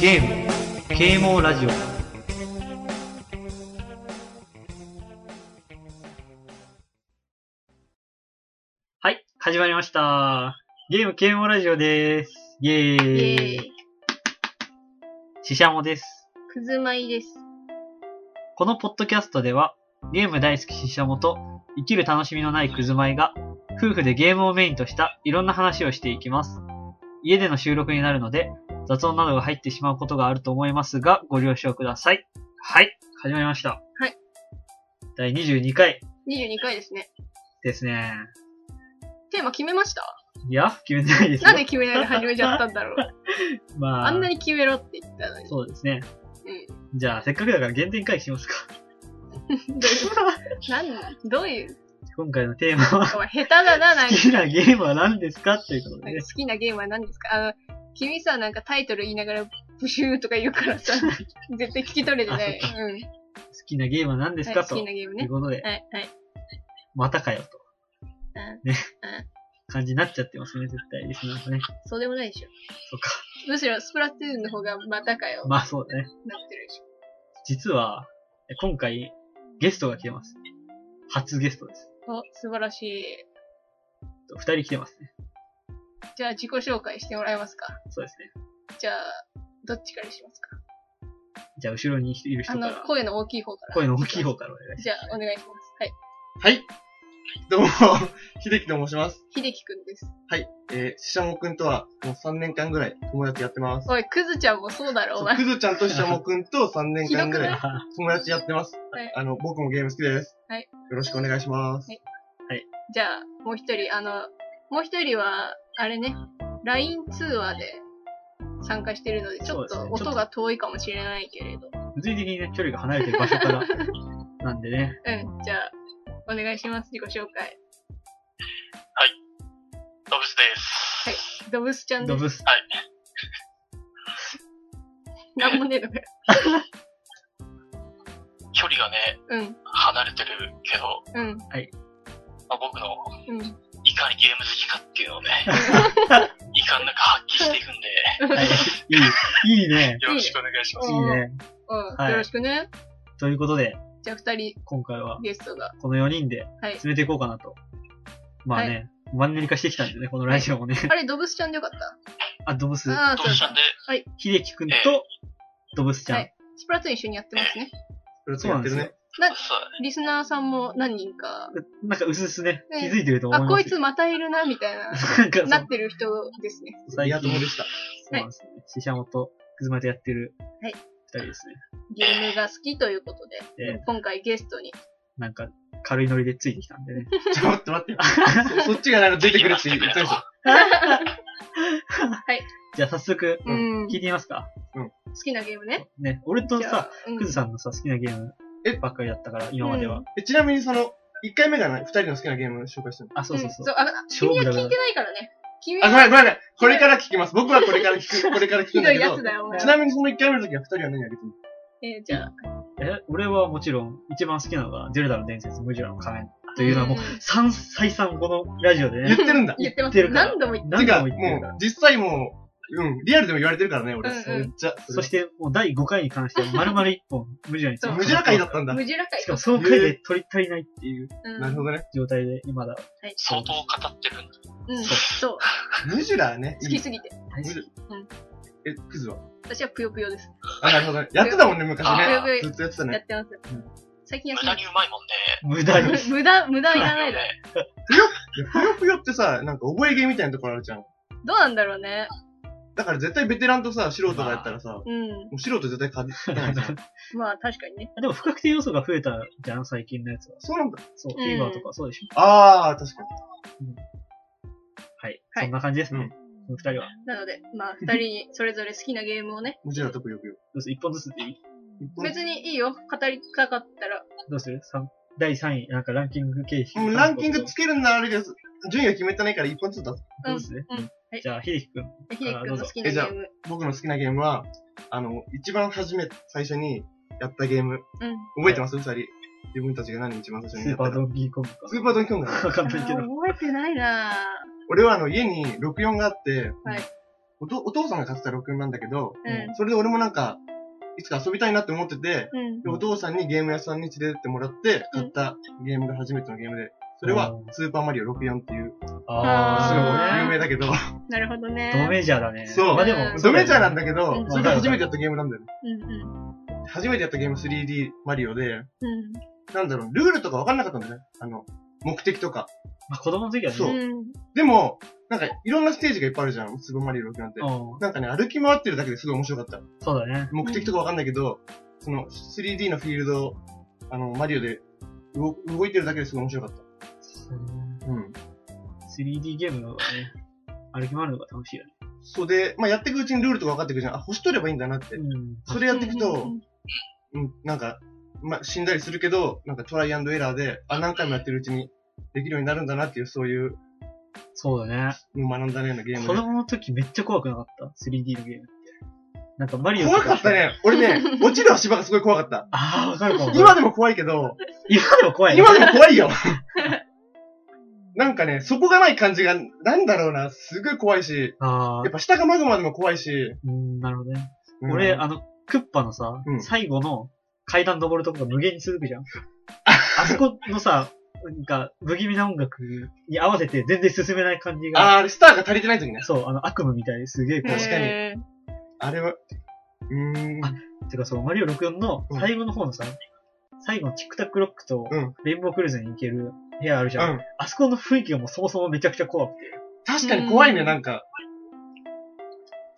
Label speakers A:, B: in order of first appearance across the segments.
A: ゲーム、啓蒙ラジオ。はい、始まりました。ゲーム啓蒙ラジオです。イェー
B: イ
A: イ。
B: ェーイ。
A: ししゃもです。
B: くずまいです。
A: このポッドキャストでは、ゲーム大好きししゃもと、生きる楽しみのないくずまいが、夫婦でゲームをメインとしたいろんな話をしていきます。家での収録になるので、雑音などが入ってしまうことがあると思いますが、ご了承ください。はい、始まりました。
B: はい。
A: 第22回
B: 22回ですね。
A: ですね。
B: テーマ決めました
A: いや、決めてないですよ
B: なんで決めないで始めちゃったんだろう。
A: ま あ、
B: あんなに決めろって言ったのに。
A: そうですね。
B: う
A: じゃあ、せっかくだから原点回帰しますか。
B: ん。どういう、なんどういう、
A: 今回のテーマは、
B: お前下手だな、なん
A: 好
B: か。
A: きなゲームは何ですかっていうことで
B: 好
A: ね。
B: きなゲームは何ですかあの、君さ、なんかタイトル言いながら、ブシューとか言うか らさ、絶対聞き取れてない。
A: あそ
B: うん。
A: 好きなゲームは何ですか
B: はい、
A: と
B: 好きなゲー
A: と
B: ム
A: い
B: ね
A: う。ことで、
B: はい、はい。
A: またかよと
B: うん
A: 感じになっちゃってますね、絶対。リスナーもね。
B: そうでもないでしょ。
A: そうか。
B: むしろ、スプラトゥーンの方がまたかよ、な
A: まあそうだね。
B: ってるでしょ。
A: 実は、え今回、ゲストが来てます。初ゲストです。
B: お、素晴らしい。
A: と二人来てますね。
B: じゃあ、自己紹介してもらえますか
A: そうですね。
B: じゃあ、どっちからしますか
A: じゃあ、後ろにいる人
B: あ
A: か
B: の
A: ら、、
B: 声の大きい方から。
A: 声の大きい。方からお願いし
B: じゃあ、お願いします。はい。
C: はい。どうも、 秀樹と申します。
B: 秀樹くんです。
C: はい。えー、ししゃもくんとは、もう3年間ぐらい友達やってます。
B: おい、クズちゃんもそうだろ、お
C: そう
B: 前。
C: くずちゃんとししゃもくんと3年間ぐ らい
A: ます。は
C: 友達やってます。
B: はい
C: あの、僕もゲーム好きです。
B: はい
C: よろしくお願いします。
B: はいじゃあ、もう一人、あの、もう一人は、あれね、LINE 通話で参加してるので、ちょっ
A: そう
B: と
A: ですね
B: 音が遠いかもしれないけれど。
A: 物理的にね、距離が離れてる場所から、なんでね。
B: うん、じゃあ、お願いします、自己紹介。
D: ドブスです。
B: ドブスちゃん
A: ド
B: です。
A: ブス。
B: なんもねえのかよ。
D: 距離がね、
B: うん、
D: 離れてるけど、
B: うん、
D: まあ、僕の
B: うん。
D: いかにゲーム好きかっていうの をね、いかんなく発揮していくんで、
A: はい。いい、いいね。
D: よろしくお願いしま
A: い
D: す。
A: いね。
B: うん、
A: はい
B: よろしくね。
A: ということで、
B: じゃあ、二人
A: 今回は
B: ゲストが。
A: この4人で
B: はい。
A: 進めていこうかなと。まあね、マンネリ化してきたんでね、 このラジオもね。
B: あれ、ドブスちゃんでよかった
A: あ、ドブス、
B: ああ、
D: ド
B: そう
D: ブ
B: で
D: ス
B: す
D: ちゃんで、
A: 秀樹くんと
D: え
A: ドブスちゃん。
B: はいスプラトゥーン一緒にやってますね。
C: よろしくやってるね。
D: そう
B: リスナーさんも何人か。
A: なんかうすうすね、気
B: ね
A: づいてると思い
B: あ、
A: ますよ。
B: こいつまたいるな、みたい
A: な
B: な。
A: んかそう
B: なってる人ですね。
A: 最
C: いやとも
A: 近、
C: で
A: そ
C: した。
A: うなんですね。シシャモとクズマとやってる
B: はい
A: 二人ですね。
B: ゲームが好きということで、
A: で、
B: 今回ゲストに。
A: なんか軽いノリでついてきたんでね。
C: ちょ、待って待って。 そそっちがなんか出てくるって言 ったでしょ。
A: じゃあ早速、
B: うん。
A: 聞いてみますか。
B: 好きなゲームね。
A: ね、俺と
B: じゃあ
A: さ、、
B: うん
A: クズさんのさ、好きなゲーム
C: え
A: ばっかりだったから、今までは。
C: えちなみにその、1回目がない ?2 人の好きなゲーム紹介したの。
A: あ、そうそうそう。
B: んそうあ
A: 超
B: 君
A: 無駄
B: は聞
A: だ
B: いてないからね。君
C: あ、ご
B: は
C: めんごめんごめん。これから聞きます。僕はこれから聞く、これから聞く
B: ひ
C: ん
B: ど
C: だ
B: い
C: け
B: や
C: ど
B: つ。だよ、お前
C: ち。なみにその1回目の時は2人は何あげてるの
B: えーじゃあ、
A: え、俺はもちろん、一番好きなのが、ゼルダの伝説、ムジュラの仮面というのはもう
B: うん、
A: 三、再三このラジオで
C: 言
A: ね、
C: ってるんだ。
B: 言ってま
A: 言
B: す。
A: ってるから
B: 何度も言って
A: 何
C: てか、
A: 度
C: も
A: も言ってるから。
C: う、実際もう、うん、リアルでも言われてるからね、俺。
B: うんうん
C: めっちゃ。
A: そして、もう第5回に関しては、丸々1本、ムジュラについて
B: そう
C: 無地な会だったんだ。
B: 無地らかい
A: しかも、その回で取り足りないっていう
B: うん
C: なるほどね。
A: 状態で、今だ。
B: はい
D: 相当語ってるんで、
B: うん、そう。
C: 無地だね。
B: 好きすぎて。
A: 大好き
C: え、クズは。
B: 私はぷよぷよです。
C: あ、なるほどね。やってたもんね、昔
B: ぷ
C: ね
B: よ。ぷよ
C: ずっとやってた
B: や
C: ね。
B: ってます
C: うん。
B: 最近やっ
D: 無
B: て
D: 駄
B: な
D: に
B: いう
D: まいもんね。
A: 無駄に。
B: 無駄、無駄い らないだろ。
D: ね。
C: いやぷよぷよってさ、なんか覚え芸みたいなところあるじゃん。
B: どうなんだろうね。
C: だから絶対ベテランとさ、素人がやったらさ、も
B: うん。
C: う素人絶対勝てな いじゃん。
B: まあ、確かにね。
A: でも、不確定要素が増えたじゃん、最近のやつは。
C: そうなんだ。
A: そう、
B: うん
A: ティーバーとかそうでしょ。
C: あー、確かに。
A: はい。
B: はい
A: そんな感じです
C: う
A: ね
C: ん。
A: この二人は。
B: なので、まあ、二人にそれぞれ好きなゲームをね、
C: 無地だとぷよぷよ。
A: どうする一本ずつでいい
C: 一本
B: 別にいいよ。語りたかったら。
A: どうする三第3位、なんかランキング形式。
C: もうランキングつけるんならあれです。順位は決めてないから一本ずつだ。
A: どうする
B: うんうんはい
A: じゃあ、秀樹くん。
B: ひできくんの好きなゲ
C: えじゃあ
B: ーム。
C: 僕の好きなゲームは、あの、一番初め、最初に、やったゲーム。
B: うん。
C: 覚えてます二人。自分たちが何一番最初
A: ス
C: に
A: ー
C: やった
A: パ
C: か
A: ー。ドンキーコング
C: スーパードンキーコングだ
A: か。わかん
B: あ
A: ないけ
B: ー
A: ど。
B: 覚えてないな
C: 俺はあの、家に64があって、
B: はい
C: おとお父さんが買ってた64なんだけど、
B: うん
C: それで俺もなんか、いつか遊びたいなって思ってて、
B: うん
C: でお父さんにゲーム屋さんに連れてってもらって、買ったゲームが初めてのゲームで、それは
A: う、
C: スーパーマリオ64っていう、すごい
B: あー
C: 有名だけど、
B: なるほどね。
A: ドメジャーだね。
C: そう
A: まあでも、
C: ドメジャーなんだ
A: け
C: けど
B: う、ん
C: それが初めてやったゲームなんだよね。
B: うんうん。
C: 初めてやったゲーム 3D マリオで、
B: うん。
C: なんだろう、ルールとか分かんなかったんだよね。あの、目的とか。
A: まあ子供の時はね。
C: そう
B: うん。
C: でも、なんか、いろんなステージがいっぱいあるじゃん、スーパーマリオ64なんて。
A: うん
C: なんかね、歩き回ってるだけですごい面白かった。
A: そうだね。
C: 目的とかわかんないけど、その 3D のフィールドを、あの、マリオで動動いてるだけですごい面白かった。うん。
A: 3D ゲームはね、歩き回るのが楽しいよね。
C: そうで、まあ、やっていくうちにルールとか分かってくるじゃん。あ、星取ればいいんだなって。
A: ん。
C: それやっていく
B: うん
C: と、うん、なんか、まあ、死んだりするけど、なんかトライアンドエラーで、あ、何回もやってるうちにできるようになるんだなっていう、そういう、
A: そうだね。
C: うん学んだねようなゲーム
A: 子供の時めっちゃ怖くなかった ?3D のゲームって。なんかマリ
C: で。
A: オと
C: 怖かった。ね。俺ね、落ちる足場がすごい怖かった。
A: ああ、わかるかも。
C: 今でも怖いけど、
A: 今でも怖いね。
C: 今でも怖い よ。なんかね、そこがない感じが、なんだろうな、すごい怖いし、
A: ああ
C: やっ、ぱ下がマグマでも怖いし、
A: うん、なるほどね。
C: うん
A: 俺、あの、クッパのさ
C: う、ん
A: 最後の階段登るとこが無限に続 くじゃん。あそこのさ、なんか、不気味な音楽に合わせて全然進めない感じが、
C: あー、スターが足りてない時ね。
A: そう、あの、悪夢みたいですげえ怖い。
C: 確かに
B: へー
C: あれは、うーん。
A: あてかそう、マリオ64の
C: うん
A: 最後の方のさ、最後のチックタックロックと
C: うん
A: レインボークルーズに行ける部屋あるじ
C: う
A: ゃん。
C: ん。
A: あそこの雰囲気がもうそもそもめちゃくちゃ怖くて。
C: 確かに怖いね、
B: うん
C: なんか。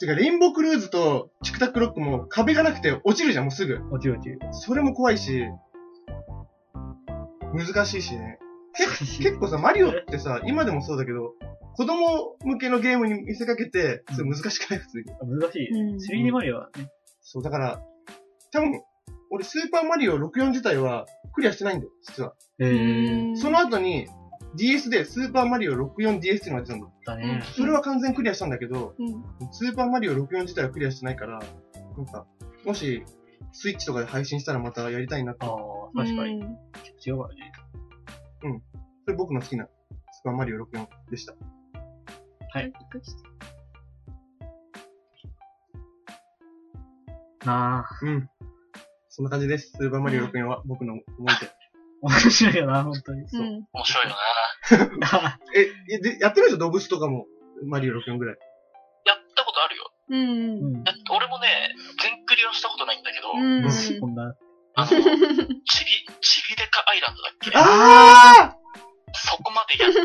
C: てか、レインボークルーズとチクタックロックも壁がなくて落ちるじゃん、もうすぐ。
A: 落ちる落ちる。
C: それも怖いし、難しいしね。結構さ、マリオってさ、今でもそうだけど、子供向けのゲームに見せかけて、それ難しくない普通に。
A: 難しい。
B: うん
A: 3D マリオはね。
C: そう、だから、多分、俺、スーパーマリオ64自体はクリアしてないんだよ、実は。
A: えー、
B: うん
C: その後に、DS で、スーパーマリオ 64DS っていうのが出たんだ。
A: だね。
C: それは完全クリアしたんだけど、
B: うん。
C: スーパーマリオ64自体はクリアしてないから、なんか、もし、スイッチとかで配信したらまたやりたいなって。
A: ああ
C: そ、
A: 確かに。
B: うん。
A: 違うからね。
C: れ僕の好きな、スーパーマリオ64でした。
A: はいなあ、
C: うん。そんな感じです。スーパーマリオ64は僕の思い
A: 面白いよな、本当に。
B: う。
A: そうん
D: 面白いよな。
C: 出。え、えで、やってるでしょ動物とかも、マリオ64ぐらい。
D: やったことあるよ。
B: うん。
A: うん。
D: やっ俺もね、全クリアしたことないんだけど、
B: うん。
A: こんな。
D: あの、ちび、ちびデカアイランドだっけ
C: あ
D: そこまでやって、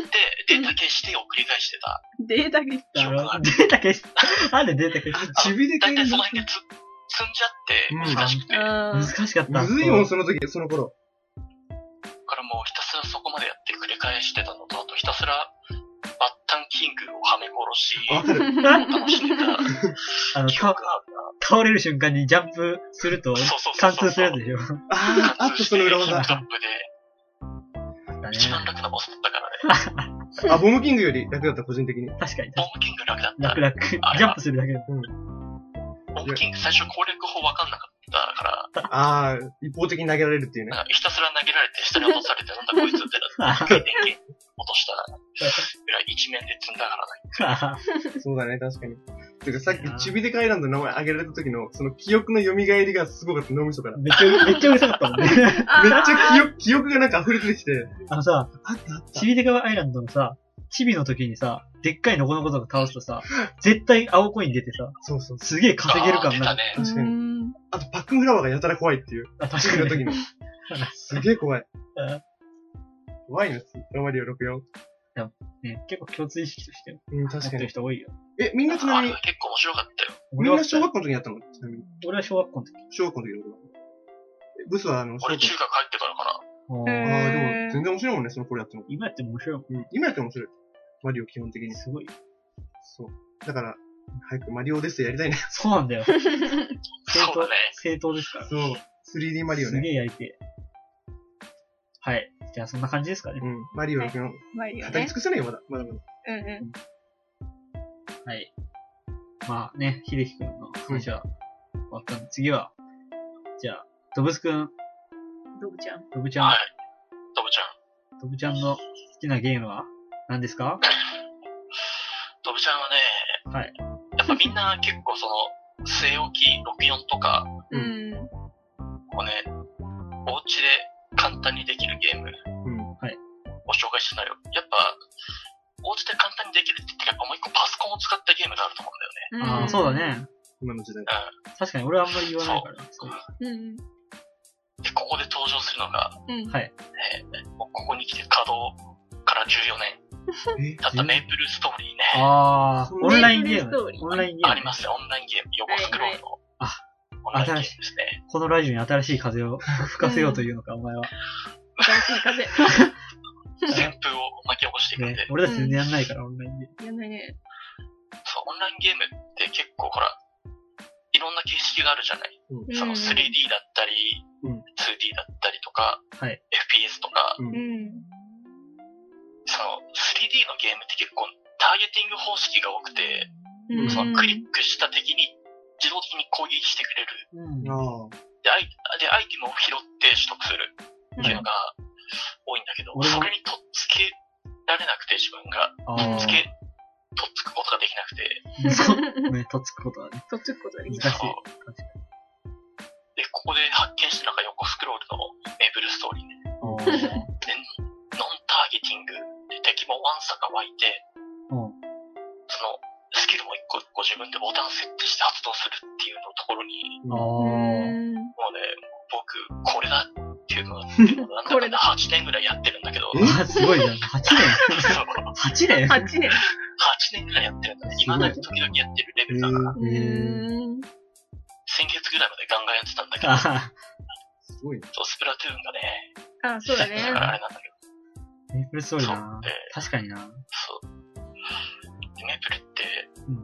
D: データ消してを繰り返してた。
B: データゲッ
A: だろデータ消し、なんでデータ消し
C: あちびで
D: だ
C: か
D: い
C: い
D: たいその辺でつ積んじゃって難しくて、だ
A: 難
B: あ
A: しかった。
C: むずいもん、その時、その頃。
D: からもうひたすらそこまでやって繰り返してたのと、あとひたすらバッタンキングをはめ殺し、
C: わかる。
D: 楽しんで た
A: あの、
D: 記憶
A: た
D: がある
A: 倒れる瞬間にジャンプすると
D: そうそうそう、そう
A: 貫通するやつでしょ。
C: ああ、あと
D: 貫通し
C: そ
D: て
C: の裏
D: キング
C: 技。
D: カップで
A: あったね。
D: 一番楽なボスだったからね。
C: あ、ボムキングより楽だった、個人的に。
A: 確かに。
D: ボムキング楽だった
A: 楽。々。ジャンプするだけだ。
D: ボムキング最初攻略法わかんなかったから、
C: ああ、一方的に投げられるっていうね。
D: なんかひたすら投げられて下に落とされて、なんだこいつってなって、回転剣落としたら、ぐらい一面で積んだからね。
C: そうだね、確かに。てかさっき、チビデカイランドの名前挙げられた時の、その記憶の蘇りがすごかった、脳みそから。めっ
A: めっちゃ、めっちゃう るさかったもんね。
B: ーあー。
C: ちゃ記憶、記憶がなんか溢れてきて、
A: あのさ、
C: あったあった
A: チ。ビデカアイランドのさ、チビの時にさ、でっかいノコノコとか倒すとさ、絶対青コイン出てさ、
C: そうそう。
A: すげえ稼げる感
D: あー出
A: な
D: た
A: る。
D: ね。
C: 確かに。
B: に。
C: あと、パックンフラワーがやたら怖いっていう。
A: あ、
C: チ
A: 確
C: ビ
A: か
C: の
A: に。
C: 時の。すげえ怖い
A: うん。
C: 怖いな、スーパーマリオ64。
A: ね結構共通意識として
C: うん、
A: 持
C: 確
A: っ
C: か
A: てる
C: に。
A: 人多いよ。
C: え、みんなちな
D: あ
C: み
D: れ
C: に
D: は、結構面白かったよ。
C: み
A: 俺
C: ん
A: は
C: な小学校の時にやったのちなみに。
A: 俺は小学校の時。
C: 小学校の時のことえブスはあの、小
D: 俺
C: 学校
D: 中学入ってからかな。
C: あ
B: へ
A: あー
C: あ、でも全然面白いもんね、その頃やっても。
A: 今やっても面白いも
C: うん、今やっても面白い。マリオ基本的に
A: ん。。すごい。
C: そう。だから、早くマリオですやりた いね。
A: そうなんだよ。正
D: そう
A: 当
D: だね。
A: 正当ですから。
C: そう。3D マリオ
A: すげ
C: ね。
A: えやりてえ。はい。じゃあそんな感じですかね
C: う。ん。マリオの基本、
B: マリオ
C: 語り
B: ね
C: 尽。くせないよ、まだ。まだまだ。
B: うんう
A: はい。まあね、秀樹くんの話は終わったんで、次は、じゃあ、ドブスくん、
B: ドブちゃん。
A: ドブちゃん
D: はい、。ドブちゃん。
A: ドブちゃんの好きなゲームは何ですか
D: ドブちゃんはね、
A: はい
D: やっぱみんな結構その、据え置き、64とか、
C: う
B: うん。
D: こうね、お家で簡単にできるゲーム
C: うん。
D: を紹介してたよ。やっぱ、お家で簡単にできるって言って、やっぱもう一個パソコンを使ったゲームがあると思うんだよね。
B: うん
A: ああ、そうだ。ね。
C: 今の時代。
A: 確かに俺はあんまり言わないから。そう
B: うん。
D: で、ここで登場するのが、
B: うん。
A: はい
D: もうここに来て稼働から14年
C: え
D: 経ったメイプルストーリーね。
A: ああ、
C: そう
A: オンラインゲー
B: メイプルストーリー
A: ム。オンラインゲーム。
D: ありますね、オンラインゲーム。横スクロールの。
A: はい
D: オンラインゲームですね。
A: このラジオに新しい風を 吹かせようというのか、お前は。
B: 新しい風。
D: 旋風を巻き起こしていくんで。
A: ね、俺たち全然やんないから、オンラインゲーム。
B: やんないね。
D: そう、オンラインゲームって結構ほら、いろんな形式があるじゃない。その 3D だったり、
C: うん
D: 2D だったりとか、
A: はい
D: FPS とか、
B: うん。うん。
D: その 3D のゲームって結構ターゲティング方式が多くて、
B: うん。
D: そのクリックした敵に自動的に攻撃してくれる。
A: うん
C: ああ。
D: で、アイでアイテムを拾って取得する
B: う
D: っていうんのが多いんだけど、
A: 俺も
D: それにとっつけられなくて自分が、
A: あー
B: うん
D: つけ、とっつくことができな
A: そう。
D: くて、
A: ね、とっつくことはね。
B: とっつくことができ
A: 難
B: た。
A: しい
D: そう。で、ここで発見したのが横スクロールのメイブルストーリ
A: 確
D: ーね。
A: かに。
D: ノンターゲティングで敵もワンサが湧いて、
A: うん。
D: そのスキルも一個一個自分でボタン設定して発動するっていうのところに、
A: あ
B: う
A: ー
B: ん。
D: もうね、僕、これだっていうのが、でもなんだ
B: こ
D: か
B: れ
D: んだ
B: だ
D: 8年ぐらいやってるんだけど、
A: あ
C: え
A: ー、すごいじゃん。8
D: そう
A: 年 ?8 年
B: 8年。
D: 8年ぐらいやってるんだね。
A: すごい
D: 未だに時々やってるレベルだから、
B: うーん。
D: 先月ぐらいまでガンガンやってたんだけど、
A: あ
C: すごいね。
D: そうスプラトゥーンがね、
B: あ、そうだね。
D: だからあれなんだけど、
A: ーメイプルストーリーな
D: そう。
A: 確かにな。
D: そう。でメイプルって
A: うん、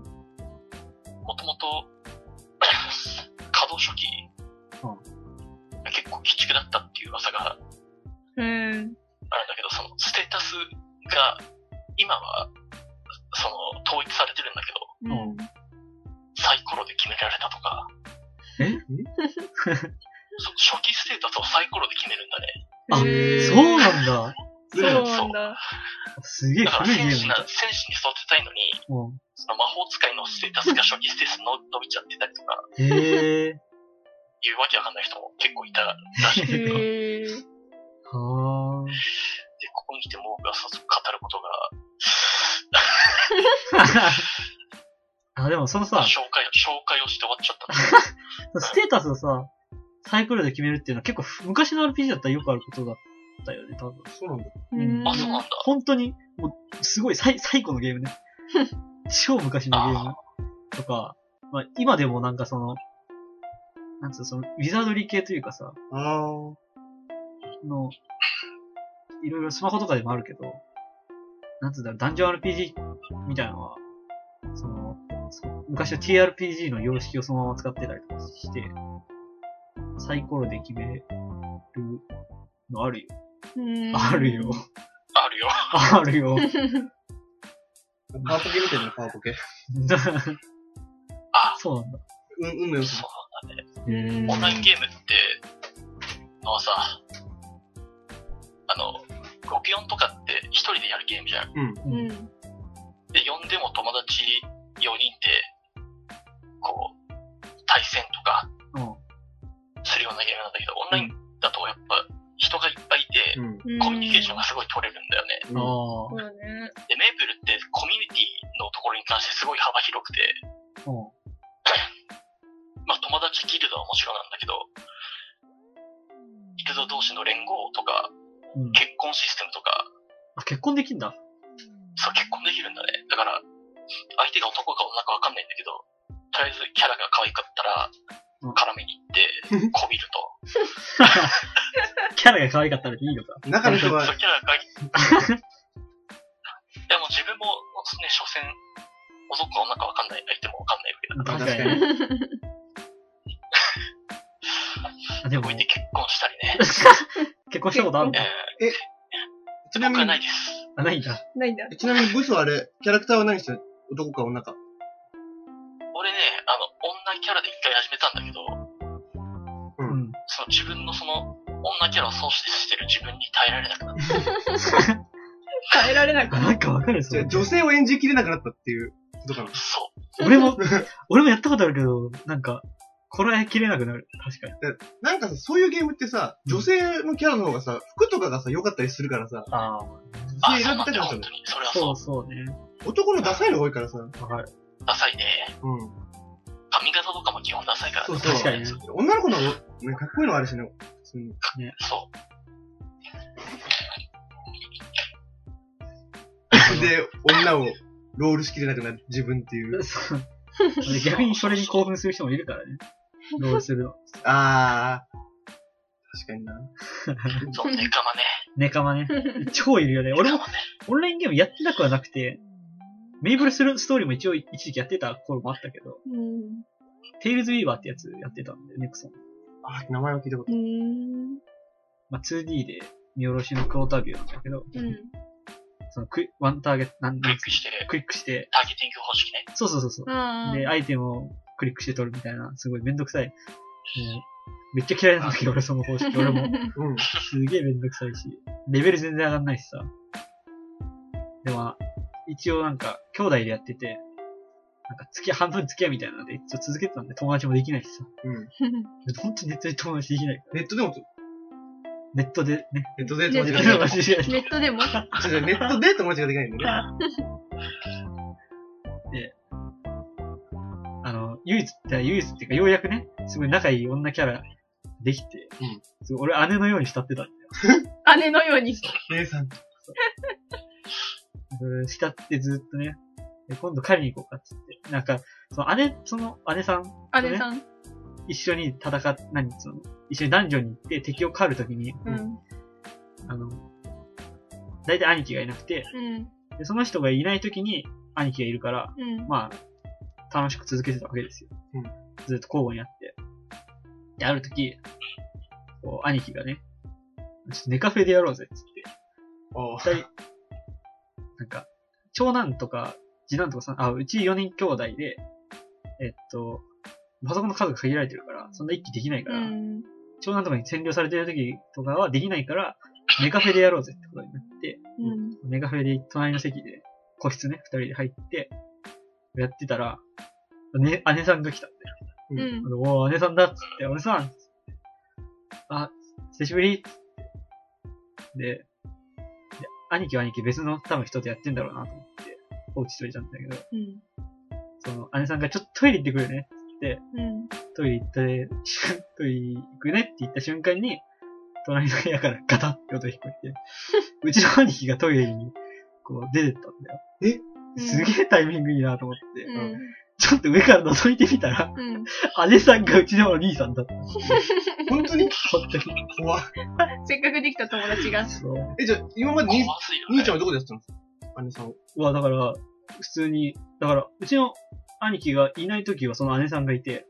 D: もともと、 稼働初期、
A: うん
D: 結構鬼畜だったっていう噂がある
B: う
D: ん
B: ん。
D: だけど、そのステータスが、今は、その、統一されてるんだけど、
B: うん。
D: サイコロで決められたとか、 そ初期ステータスをサイコロで決めるんだね。
A: あ、そ
B: へー
A: うなんだ。
B: そうなんだ。
A: すげえ
D: だから
A: 古い
D: 戦
A: ゲー
D: 士
A: ム
D: な
A: だ。、
D: 戦士に育てたいのに、
A: うん
D: その魔法使いのステータスが初期ステータスの伸びちゃってたりとか、
A: へえ。
D: いうわけわかんない人も結構いたら しいんだけど、
B: へー
A: は
D: で、ここに来ても僕が早速語ることが、
A: あ。あ、でもそのさ、
D: 紹介、紹介をして終わっちゃったんだけど
A: ステータスをさ、サイクルで決めるっていうのは結構ふ昔の RPG だったらよくあることだったよね、多分。
C: そうなんだ。
A: うん
D: あ、そうなんだ。
A: 本当に、もう、すごい最、最古のゲーム ね。超昔のゲームとか、まあ今でもなんかその、なんつうの、その、ウィザードリー系というかさ、
C: ああ。
A: の、いろいろスマホとかでもあるけど、なんつうんだろう、ダンジョン RPG みたいなのは、その、そ昔の TRPG の様式をそのまま使ってたりとかして、サイコロで決めるのあるよ。
B: うん
A: あるよ。。
D: あるよ。
A: あるよ。
C: パーポケみたいなパーポケ。
D: あ
A: そうなんだ。
C: うん、運の良さ。
D: そ
B: うん
D: う。オンラインゲームって、のはさ、あの、64とかって一人でやるゲームじゃん。
C: うん。
B: うん。
D: で、呼んでも友達4人で、こう、対戦とか
A: うん。
D: するようなゲームなんだけど、オンラインだとやっぱ人がいっぱいいて、
C: うん。
D: コミュニケーション
B: が。
D: がすごい取れるんだよね。
A: ああ
C: あ。
B: そう。だね。
D: で、メイプルってコミュニティのところに関してすごい幅広くて、
A: うん。
D: まあ友達ギルドはもちろんなんだけど、ギルド同士の連合とか、
A: うん。
D: 結婚システムとか、
A: あ、結婚できん だ。
D: そう結婚できるんだね。だから、相手が男か女かわかんないんだけど、とりあえずキャラが可愛かったら
A: うん、
D: 絡みに行って、こびると。
A: キャラが可愛かったらいいのか。
C: 中の人は
D: そう、キャラが可愛い。でも自分も、ね、所詮、男か女かわかんない、相手もわかんないわけだから、
A: 確か
C: 確
A: に。あ、でも
D: こう、やって結婚したりね。
A: 結婚したことあるの
D: え
C: ち
D: ー、
C: なみ
D: 僕はない
C: に、
D: です。
A: あ、ないんだ。
B: ないんだ。
C: ちなみにブスはあれ、キャラクターは何してる男か女か。
D: 俺ね、あの、女キャラで一回始めたんだけど、
A: うん。
D: そその自分のその、女キャラを創始してる自分に耐えられなくなった。
B: 耐えられなくな
A: なんかわかるそ
C: じゃあ
A: れ。
C: 女性を演じきれなくなったっていうことかな。
D: そう。
A: 俺も、俺もやったことあるけど、なんか、こらえきれなくなる。確かに。
C: なんかさ、そういうゲームってさ、
A: うん
C: 女性のキャラの方がさ、服とかがさ、良かったりするからさ、
A: ああ、
D: あ、
C: 女性
D: そう
C: 選
D: な
C: び
D: ん
C: た
D: だ
C: くなった
D: よ、本
C: の
D: 当。に。それは
A: そ
D: そう
A: そうね。
C: 男のダサいのが多いからさ、うん。
A: わかる。
D: う。ダサいね。髪型とかも基本ダサいから
C: そ
D: ね。
C: うそう。
A: 確か にね。
C: 女の子の方が、ね、かっこいいのはあるしね、普通に。
D: そう。
C: で、女をロールしきれなくなる自分っていう。
A: そう俺逆にそれに興奮する人もいるからね。ロールするの。
C: あー。確かにな。
D: そう、ネカマね。
A: ネカ マね。超いるよね。俺
D: ネ
A: も
D: カマね。
A: オンラインゲームやってなくはなくて、メイブルストーリーも一応一時期やってた頃もあったけど、
B: うん。
A: テイルズ・ウィーバーってやつやってたんで、ネクソン。
C: あー、名前は聞いたこと
B: う。ん。
A: まあ、2D で見下ろしのクォータービューなんだけど、
B: うん。
A: そのクイワンターゲット、なんな
D: クリ
A: ん
D: ッ
A: つ
D: クして、
A: クリックして、
D: ターゲティング方式ね。
A: そうそうそうそう。
B: うん。
A: で、アイテムをクリックして取るみたいな、すごいめんどくさい。もう、めっちゃ嫌いなんだけど、俺その方式。俺も。
C: うん。
A: すげえめんどくさいし、レベル全然上がんないしさ。でも、一応なんか、兄弟でやってて、なんか月、半分付き合いみたいなので、一応続けてたんで、友達もできないしさ。
C: うん。
A: ほんとネットで友達できない。
C: ネットでも、
A: ネットでね、
C: ネットで
B: ネ
C: 友
B: ット
C: 達ができない
A: 友。達できない。
B: ネットでも
C: 違う違うネットで友達ができないんだよね。
A: あの、唯一って、唯一っていうか、ようやくね、すごい仲いい女キャラできて、
C: うん
A: すごい俺姉のように慕ってたんだよ。
B: 姉のように。
C: 姉さ
A: う
C: ん。
A: ん慕ってずっとね、で今度狩りに行こうかっつって。なんか、その姉、その姉さん
B: 姉さん。
A: 一緒に戦っ、何、その、一緒にダンジョンに行って敵を狩るときに、
B: うん。
A: あの、大体兄貴がいなくて、
B: うん。
A: でその人がいないときに兄貴がいるから、
B: うん。
A: まあ、楽しく続けてたわけですよ。
C: うん
A: ずっと交互にやって。で、あるとき、こう、兄貴がね、ちょっとネカフェでやろうぜ、つって。
C: おー
A: 二人、なんか、長男とか、次男とかさ、あ、うち4人兄弟で、えっと、パソコンの数が限られてるから、そんな一気できないか
B: う
A: ら、
B: ん。
A: 長男とかに占領されてる時とかはできないから、メカフェでやろうぜってことになって、
B: うん。
A: メカフェで隣の席で、個室ね、二人で入って、やってたら、ね、姉さんが来たんだよ。
B: うん
A: あ。の、おー姉さんだっつって、姉さんっつってあ、久しぶりっつって。で、で兄貴は兄貴別の多分人とやってんだろうなと思って、放置しといたんだけど、
B: うん。
A: その、姉さんがちょっとトイレ行ってくるね。
B: うん。
A: トイレ行ったで、トイレ行くねって言った瞬間に、隣の部屋からガタって音が聞こえて、 うちの兄貴がトイレに、こう、出てったんだよ。すげえタイミングいいなと思って、
B: うん。
A: ちょっと上から覗いてみたら、
B: うん。
A: 姉さんがうちのお兄さんだった。
C: 本当に
A: 本当に。
C: 怖い。
B: せっかくできた友達が。
A: そう。
C: え、じゃあ、今まで兄
D: 怖すぎる
C: 兄
D: ね
C: ちゃんはどこでやってたんですか姉さんを。
A: うわ、だから、普通に、だから、うちの兄貴がいないときはその姉さんがいて、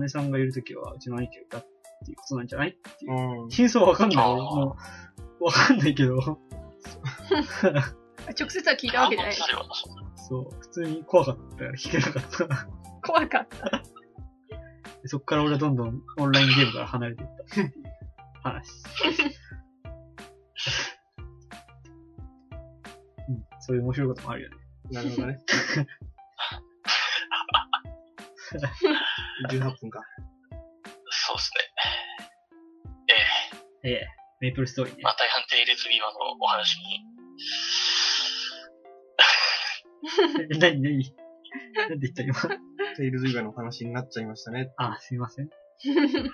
A: 姉さんがいるときはうちの兄貴がいたっていうことなんじゃない
C: うん。
A: 真相わかんない。
D: あー
A: もう、わかんないけど。
B: 直接は聞いたわけじゃない。
D: 反応されるわなそんな
A: そう、普通に怖かったから弾けなかった。
B: 怖かった。
A: でそっから俺はどんどんオンラインゲームから離れていったっていう話。うん、そういう面白いこともあるよね。
C: なるほどね。18分か。
D: そうですね。
A: ええ、メイプルストーリーね
D: ま。あ、大半テイルズビーバーのお話に。
A: え、なになになんて言った今。
C: テイルズ以外のお話になっちゃいましたね。
A: あ、すいません。い
B: い
D: いや、いいんですよ。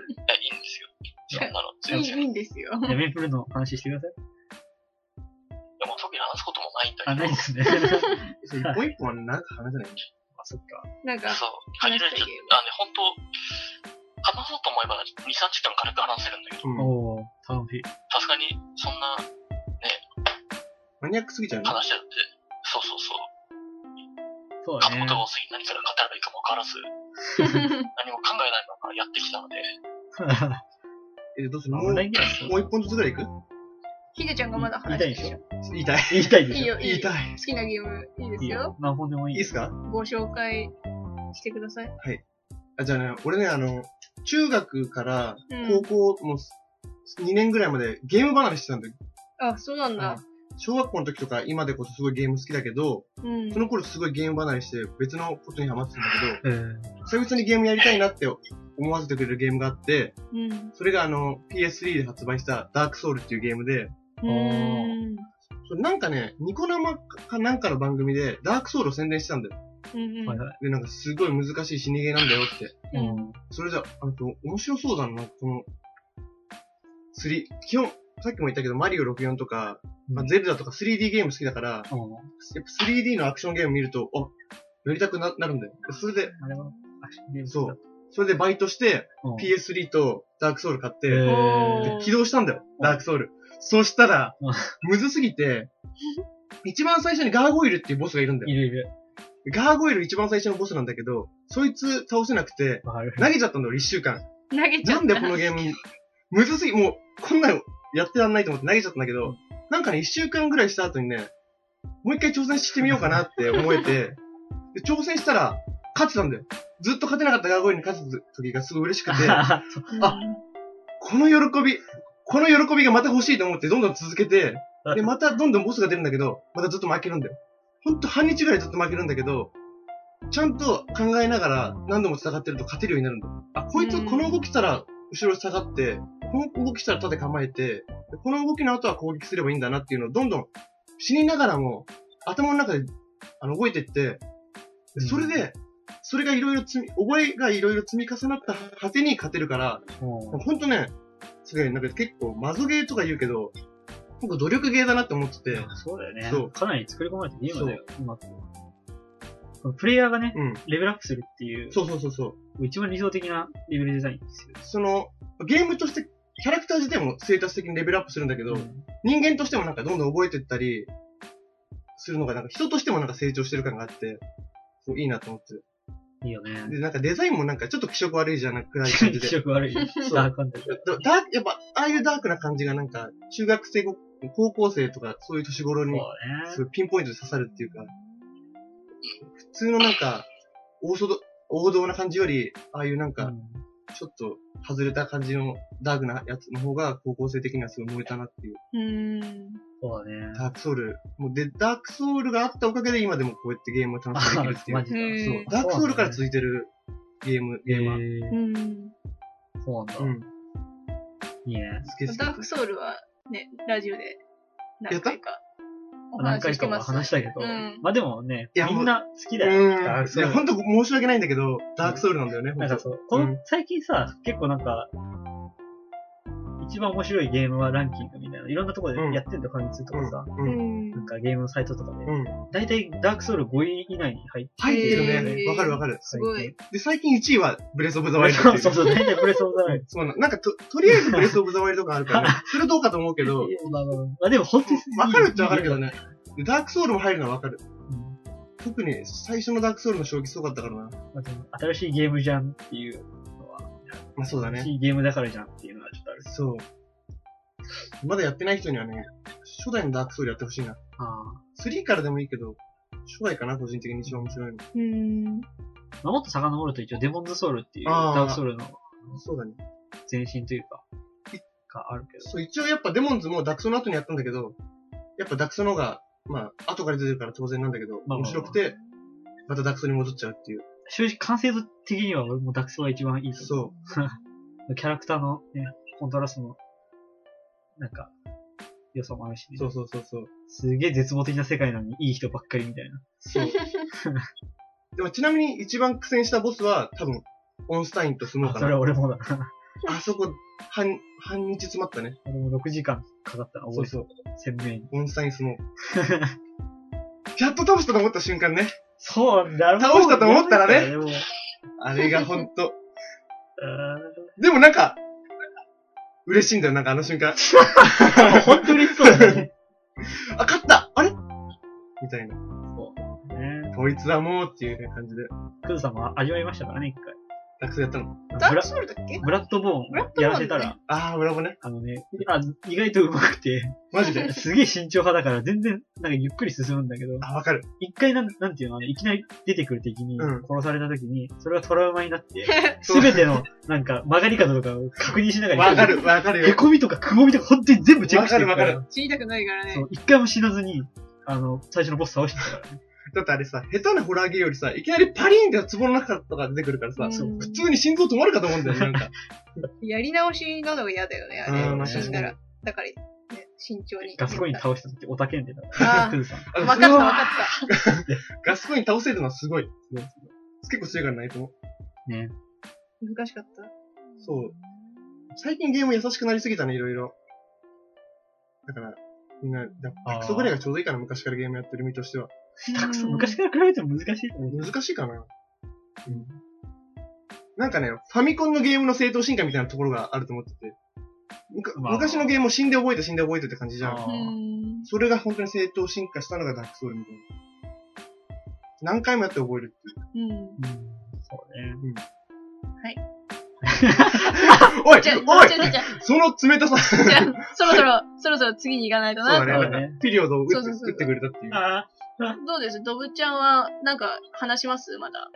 D: そんなの、全
B: い、い
D: 然。
B: いんですよ。
A: やメイプルの話してください。
D: でも特に話すこともないんだ
A: あ、
D: け
A: ない
D: ど
A: で。 すね。
C: そう一本一本はなんか話せない。
A: あ、そっか。
B: なんか、
D: そう、限られちゃ
B: 話したい
D: っ
B: け
D: あ、ね、本当話そうと思えば2、3時間軽く話せるんだけど、
C: うん。
A: おー、楽しい。
D: さすがにそんな
C: マニアックすぎちゃうね。
D: 話だって、そうそうそう、
A: そうだ
D: 片言
A: ね。
D: が多すぎて何から語るべきかもわからず、何も考えないままやってきたので、
C: え、どうする
A: まあ
C: も
A: オン
C: う
A: ラインゲーム
C: もう一本ずつぐらいいく
B: ひでちゃんがまだ話してるでしょ。
C: 言いたい。
A: 言いたいで
B: いい
A: しょ。
B: よ、い
C: 言い
B: いよ
C: た。い。
B: 好きなゲーム、いいで
A: い
B: す
A: い
B: よ。
A: よ。何本でも
C: い
A: い
C: い
A: い。
C: ですか
B: ご紹介してください。
C: あ、じゃあね、俺ね、あの、中学から
B: うん。
C: 高校の2年ぐらいまでゲーム離れしてたんだよ。
B: あ、そうなんだ。
C: 小学校の時とか今でこそすごいゲーム好きだけど、
B: うん
C: そ。の頃すごいゲーム離れして別のことにハマってたんだ
A: うん。
C: けど、久々にゲームやりたいなって思わせてくれるゲームがあって、
B: うん。
C: それがあの PS3 で発売したダークソウルっていうゲームで、
B: うん。
C: それなんかね、ニコ生かなんかの番組でダークソウルを宣伝してたんだよ。
B: うん。
A: はいはい。
C: で、なんかすごい難しい死にゲーなんだよって。
B: うん
C: それじゃ、あと、面白そうだな、この、3、基本、さっきも言ったけど、マリオ64とか、まあ、ゼルダとか 3D ゲーム好きだから、やっ
A: うん。
C: ぱ 3D のアクションゲーム見ると、あ、やりたくななるんだよ。それで、
A: あれは、アクションゲーム
C: そうそれでバイトして、
A: うん。
C: PS3 とダークソウル買って、
A: へ
B: ー
C: で起動したんだよ、
A: うん
C: ダークソウル。そしたら
A: うん、
C: むずすぎて、一番最初にガーゴイルっていうボスがいるんだ
A: い
C: よ。
A: るいる。
C: ガーゴイル一番最初のボスなんだけど、そいつ倒せなくて、
A: わかる。
C: 投げちゃったんだよ、一週間。
B: 投げちゃった。
C: なんでこのゲーム、むずすぎ、もう、こんなのやってらんないと思って投げちゃったんだけど、なんかね、一週間ぐらいした後にね、もう一回挑戦してみようかなって思え て、で挑戦したら、勝ってたんだよ。ずっと勝てなかったガーゴイルに勝つ時がすごい嬉しく て、あこの喜び、この喜びがまた欲しいと思ってどんどん続けて、で、またどんどんボスが出るんだけど、またずっと負けるんだよ。ほんと半日ぐらいずっと負けるんだけど、ちゃんと考えながら何度も戦ってると勝てるようになるんだよ。あ、こいつこの動きしたら後ろ下がって、この動きしたら縦構えて、この動きの後は攻撃すればいいんだなっていうのをどんどん死にながらも頭の中であの動いてって、でそれで、それがいろいろ積み、覚えがいろいろ積み重なった果てに勝てるから、
A: うん、
C: ほんとね、すごい、なんか結構、マゾゲーとか言うけど、僕努力ゲーだなって思ってて、
A: そうだよね。
C: そう
A: かなり作り込まれてゲームだよ、うまく。このプレイヤーがね、
C: うん。
A: レベルアップするっていう、
C: そうそうそうそう。
A: 一番理想的なレベルデザインですよ。
C: その、ゲームとして、キャラクター自体も生活的にレベルアップするんだけど、
A: ん
C: 人間としてもなんかどんどん覚えてったり、するのがなんか人としてもなんか成長してる感があって、そういいなと思って。
A: いいよね。
C: で、なんかデザインもなんかちょっと気色悪いじゃなくらい感 じ
A: 気
C: で。
A: 色悪い。
C: そう
A: ダークアンダー
C: だダーク、やっぱ、ああいうダークな感じがなんか、中学生ご、高校生とかそういう年頃
A: そう
C: に
A: ね。
C: そうピンポイントで刺さるっていうか、普通のなんか、オーソド、王道な感じより、ああいうなん
A: う
C: か、
A: ん
C: ちょっと外れた感じのダークなやつの方が高校生的にはすごい燃えたなっていう。
B: うん。
A: そうだね。
C: ダークソウル。もうで、ダークソウルがあったおかげで今でもこうやってゲームを楽しんでできるってい
A: マ
C: う。
A: ジで。
B: へ
C: そう
B: ー。
C: ダークソウルから続いてるゲーム、ゲーマー。
A: へー
B: うん。
A: そうなんだ
C: う。ん。
A: いいね。
C: 好き好き。
B: ダークソウルはね、ラジオで何回かお
A: 何
B: 話し
A: 回
B: し
A: か
B: て
A: も
B: ます。
A: 話したけど
B: うん、
A: まあでもね
C: いや、
A: みんな好きだよ。ダーク
C: う
A: ソ
C: ん。い
A: ウル
C: や、ほんと申し訳ないんだけど、ダークソウルなんだよね、ほ
A: なんん
C: と
A: かそう、この、
C: うん
A: 最近さ、結構なんか、一番面白いゲームはランキングみたいな、いろんなところ
C: うん
A: でやってんだ、ファミ通とかさ、
C: うん。
B: ん
A: なんかゲームのサイトとかで、
C: うん。
A: だいたいダークソウル5位以内に入って
C: 入ってる
B: へ
C: ね。
B: ー
C: わかるわかる。
B: すごい。
C: で、最近1位はブレスオブザワイルド
A: そ
C: っ
A: う
C: てい
A: そう う。そう、大体これそうだね。
C: そうなん、なんかと、とりあえずブレスオブザワイルドがあるからね、 それどうかと思うけど、わ
A: まあまあまあでも本当にいい
C: かるっちゃわかるけどね。でダークソウルも入るのはわかる。
A: うん
C: 特に最初のダークソウルの衝撃すごかったからな。
A: まあでも新しいゲームじゃんっていうのは、
C: まあそうだ
A: 新
C: ね。
A: しいゲームだからじゃんっていうのはちょっとある。
C: そう。まだやってない人にはね、初代のダークソウルやってほしいな。
A: あ
C: 3からでもいいけど、初代かな、個人的に一番面白いの。
B: うん。
A: あ。まあもっと遡ると一応デモンズソウルっていう
C: あー
A: ダークソウルの
C: そうだね。
A: 前身というか、があるけど。
C: そう、一応やっぱデモンズもダクソの後にやったんだけど、やっぱダクソの方が、まあ、後から出てるから当然なんだけど、
A: まあまあまあ
C: 面白くて、またダクソに戻っちゃうっていう。
A: 正直完成度的には俺もダクソが一番いいと思う。
C: そう。
A: キャラクターの、ね、コントラストの、なんか、良さもあるしね。
C: そうそうそうそう。
A: すげえ絶望的な世界なのにいい人ばっかりみたいな。
C: そう。でもちなみに一番苦戦したボスは多分、オンスタインとスノー
A: あ
C: か
A: それ
C: な。
A: は俺もだな。
C: あそこ、半、半日詰まったね。
A: 俺も6時間かかったな、覚
C: そう
A: えて
C: そう。
A: る鮮明に。
C: オンスタイン、スノー。 やっと倒したと思った瞬間ね。
A: そうなんだ、
C: 倒したと思ったらね
A: でもう
C: あれがほんと。
A: ー
C: でもなんか、嬉しいんだよ、なんかあの瞬間。
A: んでも 本当にそうだね。
C: あ、勝ったあれみたいな。
A: そう。ね
C: こいつはもうっていう感じで。
A: クズさんも味わいましたからね、一回。
C: あ、それやったの
B: ダークソウルだっけ
A: ブラッドボ
B: ブラッ
A: ーン
B: ドボーン
A: やらせたら、
C: ああ、ブラボーね。
A: あのね、あ意外とうまくて、
C: マ ジで。
A: すげえ慎重派だから全然、なんかゆっくり進むんだけど、
C: あ、わかる。
A: 一回なん、なんていうの、あのいきなり出てくる敵に、
C: うん
A: 殺された時に、それがトラウマになって、
C: そ
A: す
C: う
A: べての、なんか、曲がり方とかを確認しながら、
C: わか。る、わかる
A: へ
C: よ。
A: こみとかくぼみとか本当に全部チェッ
C: わ
A: クしてる
C: かる、わかる。
B: 死にたくないからね
A: そ。う、一回も死なずに、あの、最初のボス倒してたからね。
C: だってあれさ、下手なホラーゲーよりさ、いきなりパリーンって壺の中とか出てくるからさ、
B: うん
C: 普通に心臓止まるかと思うんだよね、なんか。
B: やり直しなのが嫌だよね、
C: うん
B: あ
C: ま
B: れ。
A: あ
B: 死んだら。だから、ね、慎重に。
A: ガスコイン倒した時、おたけんでた。
B: あ
A: クズさん。
C: あ
B: あ、
C: の
B: わかったわかっ
C: ガスコイン倒せるのはすごい。結構強いからないと思う。
A: ね。
B: た。難しかった。
C: そう。最近ゲーム優しくなりすぎたね、いろいろ。だから、みんな、だ
A: あー
C: クソぐらいがちょうどいいかな、昔からゲームやってる身としては。
A: たくさん昔から比べても難しいと思う。
C: 難しいかな。うん。なんかね、ファミコンのゲームの正当進化みたいなところがあると思ってて。むか
A: まあ
C: 昔のゲームを死んで覚えて死んで覚えてって感じじゃん。
A: あー
B: うん。
C: それが本当に正当進化したのがダークソウルみたいな。何回もやって覚えるっていう。
B: うん。
A: うんそうね。
C: おい
B: じゃあ、
C: おい
B: じゃあ、じゃあ、
C: その冷たさ
B: じゃあ、そろそろ、そろそろ次に行かないと
C: そ
B: な。
C: うだね。
A: そう
C: な
A: だ
C: ん
A: ね
C: か、ピリオドを打って
B: そうそうそう
C: 打ってくれたっていう。
A: あ
B: どうですドブちゃんは、なんか、話しますまだ。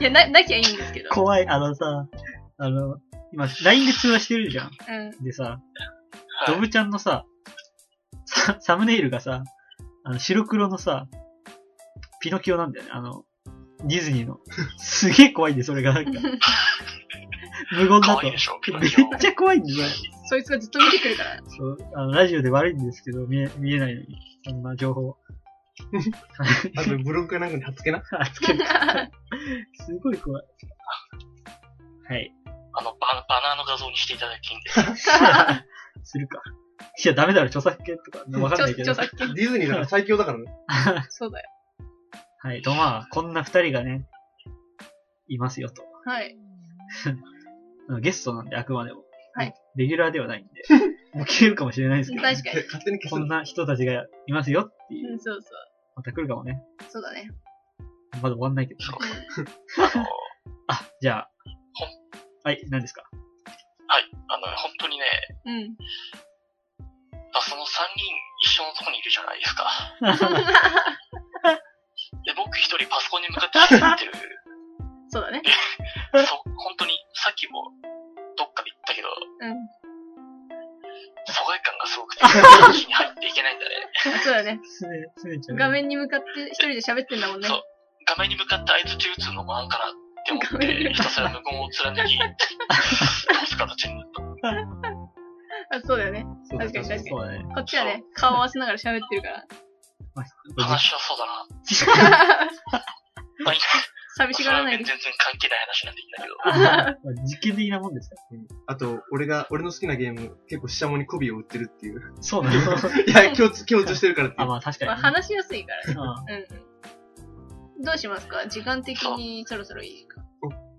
B: いや、な、なきゃいいんですけど
A: あ、。怖い。あのさ、あの、今、LINE で通話してるじゃん。
B: うん。
A: でさ、
D: はい
A: ドブちゃんのさ、ササムネイルがさ、あの白黒のさ、ピノキオなんだよね。あの、ディズニーの。すげえ怖いんで、それがなん か。無言だ
D: 可
A: と。
D: 愛
A: め
D: いでしょ、ピノ
A: っ
D: キオ。
A: ちゃ怖いんだよ。
B: そいつがずっと見てくるから。
A: そう、あの、ラジオで悪いんですけど、見え、見えないのに。そんな情報。
C: あと、ブログかなんかに貼っつけな。
A: あつけるすごい怖い。はい。
D: あのバ、バナーの画像にしていただきんです。
A: するか。いや、ダメだろ、著作権とか。わかんないけ
B: 著
A: ど。
B: 著作権。
C: ディズニーだから最強 だからね。
B: そうだよ。
A: はい。と、まあ、こんな二人がね、いますよと。
B: はい。
A: ゲストなんで、あくまでも。
B: はい。
A: レギュラーでは ないんで。もう消えるかもしれないですけど、
B: 確かに。
C: 勝手に消
A: こ
C: す
A: ん
C: の。
A: な人たちがいますよっていう。
B: うん、そうそ
A: また来るかもね。
B: う。そうだね。
A: まだ終わんないけど、 ね。
D: あの、
A: あ、じゃあ。はい、何ですか
D: あの本当にね、
B: うん。
D: まあその3人一緒のとこにいるじゃないで すか。で、僕一人パソコンに向かって喋ってる。
B: そうだね。
D: そ本当に、さっきもどっかで言ったけど、
B: う
D: 疎外感がすごくて、一気に入っていけないんだね。
B: ん。そうだね。
A: すね、すねちゃん。
B: 画面に向かって一人で喋ってんだもんね。
D: そう画面に向かって相づち打つのもあんかなって思
B: 画
D: っ
B: 面に
D: て、
B: 向
D: ひたすら無言を貫 き、倒す形になった。
B: あそうだよね。
C: そう
B: 確かに確かに
A: そうだね。
B: こっちはね、顔を合わせながら喋ってるから、
A: まあ、
D: 話しやすそうだな。 まあ、いい
B: 寂しがらないで
D: 全。然関係ない話なんでいいんだけど。
A: あ まあ実験的なもんですか
C: うんあと、俺が、俺の好きなゲーム、結構ししゃもに媚びを売ってるっていう。
A: らそう なの。
C: いや、共通、共通してるからってい
A: あ、
C: う。
A: まあ確かに
B: まあ、
A: ね。
B: 話しやすいからね。
A: うん
B: うん。どうしますか時間的にそろそろいいか。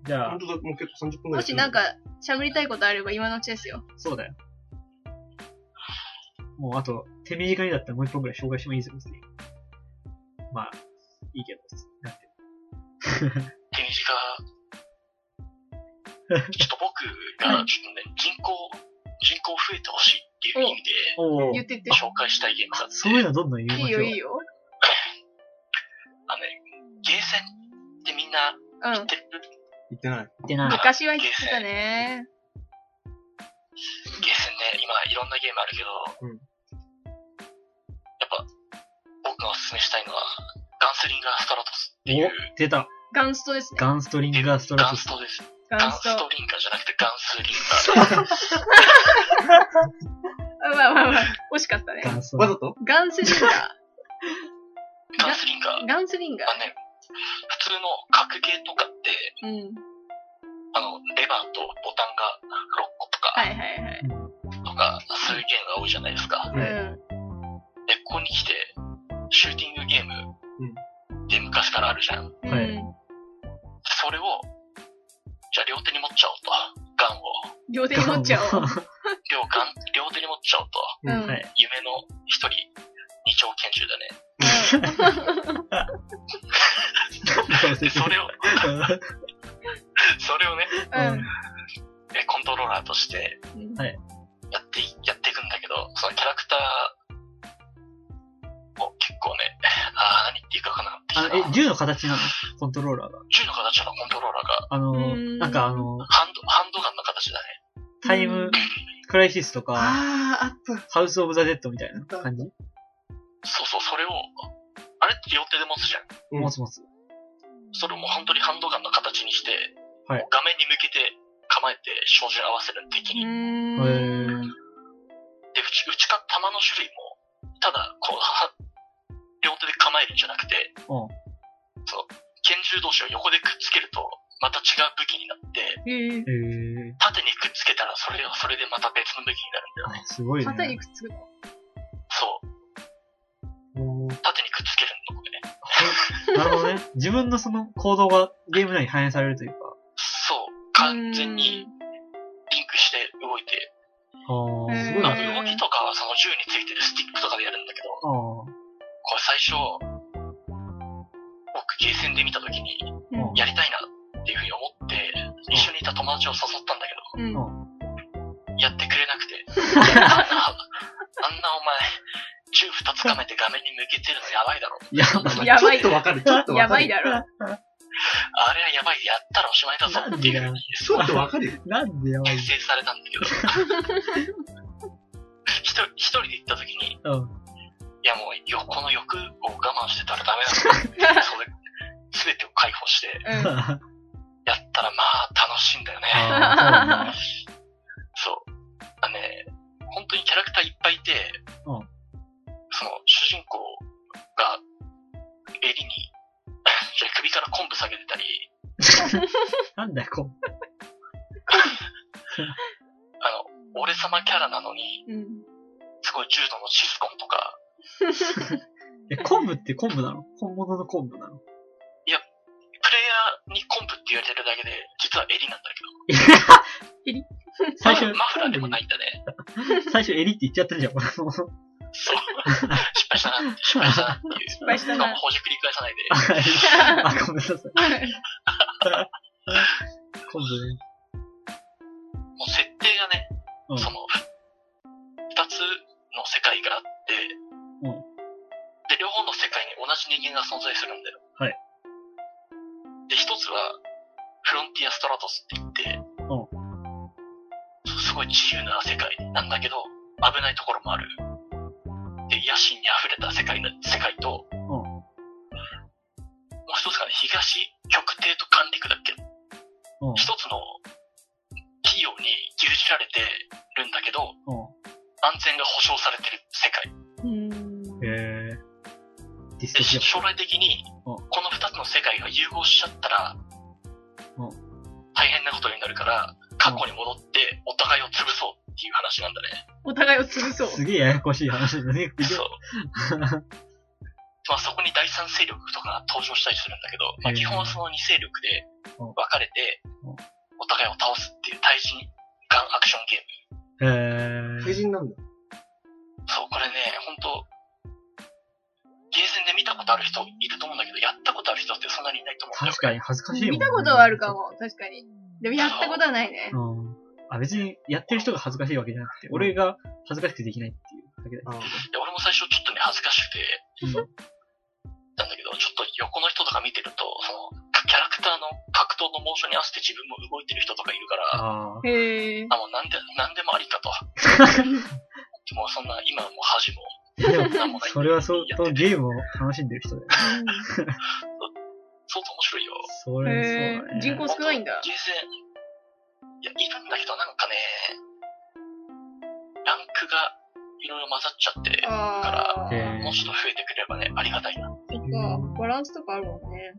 A: じゃあ
C: 本、当だ、もう結構30分ぐら
B: も
C: い。
B: しなん、か喋りたいことあれば今のうちですよ。
A: そうだよ。もうあと、手短にだったらもう一本くらい紹介してもいいですよ、別にまあ、いいけど。だって
D: 手短。ちょっと僕が、ちょっとね、人口、人口増えてほしいっていう意味で、
A: お
B: 言ってって。
D: 紹介したいゲームがあって、
A: そういうのどんどん言い
B: い
A: ま
B: い
A: しょう。
B: よいいよ。
D: あのね、ゲーセンってみんな
B: う
D: 知っ
B: ん。
D: てる、
C: 言ってない。
A: でな
B: 昔は言ってたね。
D: ゲーセンね、今いろんなゲームあるけど、
C: うん
D: やっぱ、僕がおすすめしたいのは、ガンスリンガーストラトスっていう、
A: 出た。
B: ガンストですね。
A: ガンストリンガーストラ
D: ガ
A: ト
D: ン
A: ス
D: ス。トです。
B: ガ
D: ガ
B: ン
D: ン
B: ス
D: ス
B: ト。
D: トリンガーじゃなくてガンスリンガー。
B: あまあまあまあ、惜しかったね。
A: ガンストリ
C: わ
A: ン
C: ざと
B: ガンスリンガ
D: ガンスリンガー
B: ー。。ガンスリンガ
D: まあね、普通の格ゲーとかって、
B: ー。うん。
D: あの、レバーとボタンが6個とか、
B: はいはいはい。
D: とか、そういうゲームが多いじゃないですか。
A: は
B: うん。
D: で、ここに来て、シューティングゲームって昔からあるじゃん。
B: うん
A: はい
D: それを、じゃあ両手に持っちゃおうと。ガンを。
B: 両手に持っちゃおう。
D: 両ガン、両手に持っちゃおうと。
B: うん。
A: はい
D: 夢の一人長研修 だね。で、そ
A: そ
D: れを、それをね、
B: うん。
D: えコントローラーとして
B: うん。
A: はい
D: やってい、やっていくんだけど、そのキャラクターを結構ね、 あー、何言っていいかわかんなかった
A: あのえ、銃の形なのコントローラーが。
D: 銃の形のコントローラーが、
A: あの
B: うーん
A: なんかあの
D: ハンド、ハンドガンの形だね。
A: タイムクライシスとか、
C: あー、あっ
A: ハウスオブザ・デッドみたいな感じ
D: そうそう、それを、あれって両手で持つじゃん。
C: うん
A: 持つ持つ。
D: それをもう本当にハンドガンの形にして、
A: はい
D: 画面に向けて構えて照準合わせる敵
B: う
D: に。
A: へ
B: ん。
A: ー
D: で、打ち、打ちか弾の種類も、ただ、こう、は両手で構えるんじゃなくて、
A: うん
D: 拳銃同士を横でくっつけると、また違う武器になって、
B: ええ
A: へえ
D: 縦にくっつけたらそれはそれでまた別の武器になるんだよね。
A: あ、すごい
B: 肩
A: ね
B: に。くっつくの。
D: そう。
C: た。おー
D: 縦にくっつける
A: な
D: のね。
A: るほどね。自分のその行動がゲーム内に反映されるというか。
D: そう。完全にリンクして動いて、
A: ああ、すごい
B: うん
D: まあ
A: ね。
D: 動きとかはその銃についてるスティックとかでやるんだけど、
A: ああ、
D: これ最初、僕、ゲーセンで見たときに、
B: うん。
D: やりたいなっていうふうに思って、一緒にいた友達を誘ったんだけ
B: う
D: ど、
B: ん。
D: やってくれなくて。あんな、あんなお前、銃二つかめて画面に向けてるのやばいだろ。
A: いや、
B: やばい
C: ちょっとわかる、ちょっとわかる。
B: やばいだろ。
D: あれはやばい、やったらおしまいだぞっていうふうに、
C: ちょっとわかるよ。
A: なんでやばい
D: 厳正されたんだけど。 一人一人で行ったときに、い
A: うん。
D: やもう、よこの欲を我慢してたらダメなんだ。それ、すべてを解放して、
B: うん。
A: あ
D: やったらまあ、楽しいんだよね。
A: あ、
D: そう。あのね、本当にキャラクターいっぱいいて、
A: うん
D: その、主人公が、襟に、 じゃあ首から昆布下げてたり、
A: そうだな。なんだよ、こう。
D: あの、俺様キャラなのに、
B: うん。
D: すごい重度のシスコンとか、
A: え、昆布って昆布なの本物の昆布なの
D: プレイヤーに昆布って言われてるだけで、実は襟なんだけど、
A: 最初、
D: マフラーでもないんだね。
A: 最初、エリって言っちゃったじゃん。
D: そう。 失敗したな、失敗したなって いう。失
B: 敗したな
D: ほじくり返さないで。
A: あ、ごめんなさい。昆布ね。
D: もう設定がね、
A: うん
D: その、二つの世界があって、
A: うん
D: で、両方の世界に同じ人間が存在するんだよ。
A: はい
D: で、一つは、フロンティアストラトスって言って、すごい自由な世界なんだけど、危ないところもある。で、野心に溢れた世界の、世界と、もう一つがね、東極帝と管理区だっけ
A: うん。
D: 一つの企業に牛耳られてるんだけど、
A: う
D: 安全が保障されてる世界。
B: うん
A: ん。。へえ。ディスト
D: で、
A: ピ
D: 将来的に、
A: うん
D: この二つの世界が融合しちゃったら
A: うん、
D: 大変なことになるから、過去に戻ってお互いを潰そうっていう話なんだね。
B: お互いを潰そ
A: ア。
B: う。
A: すげえややこしい話だね。
D: そう。まあそこに第三勢力とかが登場したりするんだけど、まあ
A: へー
D: 基本はその二勢力で
A: うん
D: 分かれて
A: うん、
D: お互いを倒すっていう対人間アクションゲーム
A: へえ。
C: 怪人なんだ。
D: そう、これね、本当ゲーセンで見たことある人いると思うんだけど、やったことある人ってそんなにいないと思うんだよ。
A: 確かに恥ずかしいもん、
B: 見たことはあるか。も、確かに。でもやったことはないね。
A: うん。あ、別にやってる人が恥ずかしいわけじゃなくて、俺が恥ずかしくてできないっていうだけだよ。
C: あー
D: で俺も最初ちょっとね、恥ずかしくて、
A: うん
D: なんだけど、ちょっと横の人とか見てると、その、キャラクターの格闘のモーションに合わせて自分も動いてる人とかいるから、あ、
A: ああ。
B: へえ。
D: もうなんで、なんでもあ りかと。もうそんな、今はもう恥も、
A: でも、
D: なん もない。
A: それは相当ゲームを楽しんでる人だよ。
D: 相当面白いよ。
A: そ
B: へ
A: れ、
B: え
A: そうだね。
B: 人口少ないんだ
D: ゲーセン、いや、いるんだけど、なんかね、ランクがいろいろ混ざっちゃって、
B: ああ。
A: へ
D: もうちょっと増えてくれればね、ありがたいな。
B: そっか。バランスとかあるもんね。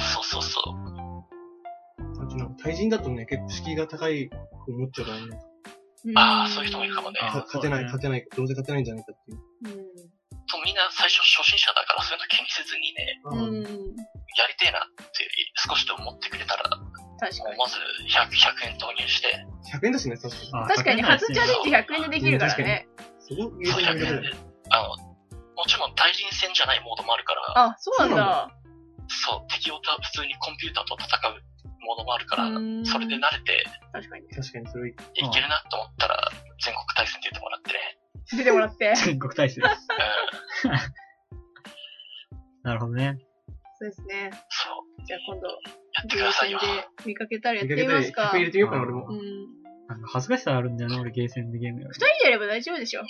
D: そうそうそう。
C: あとなんか対人だとね、結構敷居が高いと思っちゃうからね。
B: ん
D: ああ、そういう人もいるかもね。
A: あ
C: か勝てない、勝てない、どうせ勝てないんじゃないかっていう。
B: うん。
D: そうみんな最初初心者だからそういうの気にせず
C: あ
D: にね、
B: う
C: ー
B: ん。
D: やりてえなって少しでも持ってくれたら、も
B: 確か
D: う
B: に。
D: まず 100, 100円投入して、
C: 100円だしね、確かに。
A: あ
B: 確かに、初チャレンジ100円でできるからね。
C: そこ、
D: そう100円で、あの、もちろん対人戦じゃないモードもあるから、
B: あ、そうなんだ。
D: そう、敵をた普通にコンピューターと戦うモードもあるから
B: うー、ん
D: それで慣れて
B: 確かに。
C: 確かにそれはい
D: けるなと思ったら、全国対戦出てもらってね。
B: 出てもらって。
A: 全国大使です。
D: うん、
A: なるほどね。
B: そうですね。
D: そう、
B: じゃあ今度、
D: やってく
B: ゲ
D: だ
B: ー
D: さ
B: セ
D: い
B: ン
D: よ。
B: で見かけたらやっ
C: い。
B: て
C: 見か
B: み
C: け
B: ます
C: たり、曲
B: か。
C: 入れてみようかな、
A: うん
C: 俺
B: う
C: も。
B: ん。二
A: なんか恥ずかしさあるんだよな、俺ゲーセンでゲームやる。
B: 人でやれば大丈夫でしょ。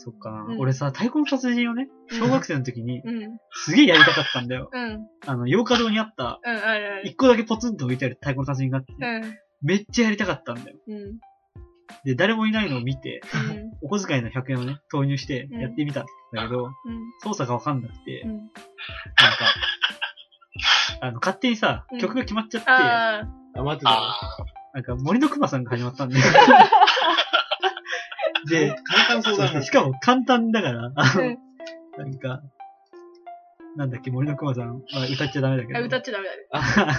A: そっかな、
B: うん
A: 俺さ、太鼓の達人をね、
B: うん
A: 小学生の時に
B: うん。うん。
A: すげえやりたかったんだよ。
B: うん。
A: あの、洋華堂にあった、
B: あるある。
A: 一個だけポツンと置いてある太鼓の達人があって、
B: うん。
A: めっちゃやりたかったんだよ。
B: うん。
A: で、誰もいないのを見て、
B: うん。
A: お小遣いの100円をね、投入してやってみたんだけど、
B: うん。
A: 操作がわかんなくて、
B: うん。
A: なんか、あの、勝手にさ
B: う、ん
A: 曲が決まっちゃって、
B: ああ。
C: あ、待ってた。
D: あ
A: なんか森の熊さんが始まった んだよ。
C: で
A: で、、
C: 簡単そうだ な。
A: しかも簡単だから、あ
B: う
A: の
B: ん。
A: なんか、なんだっけ、森の熊さんは歌っちゃダメだけ
B: あ
A: ど。
B: 歌っちゃダメだね。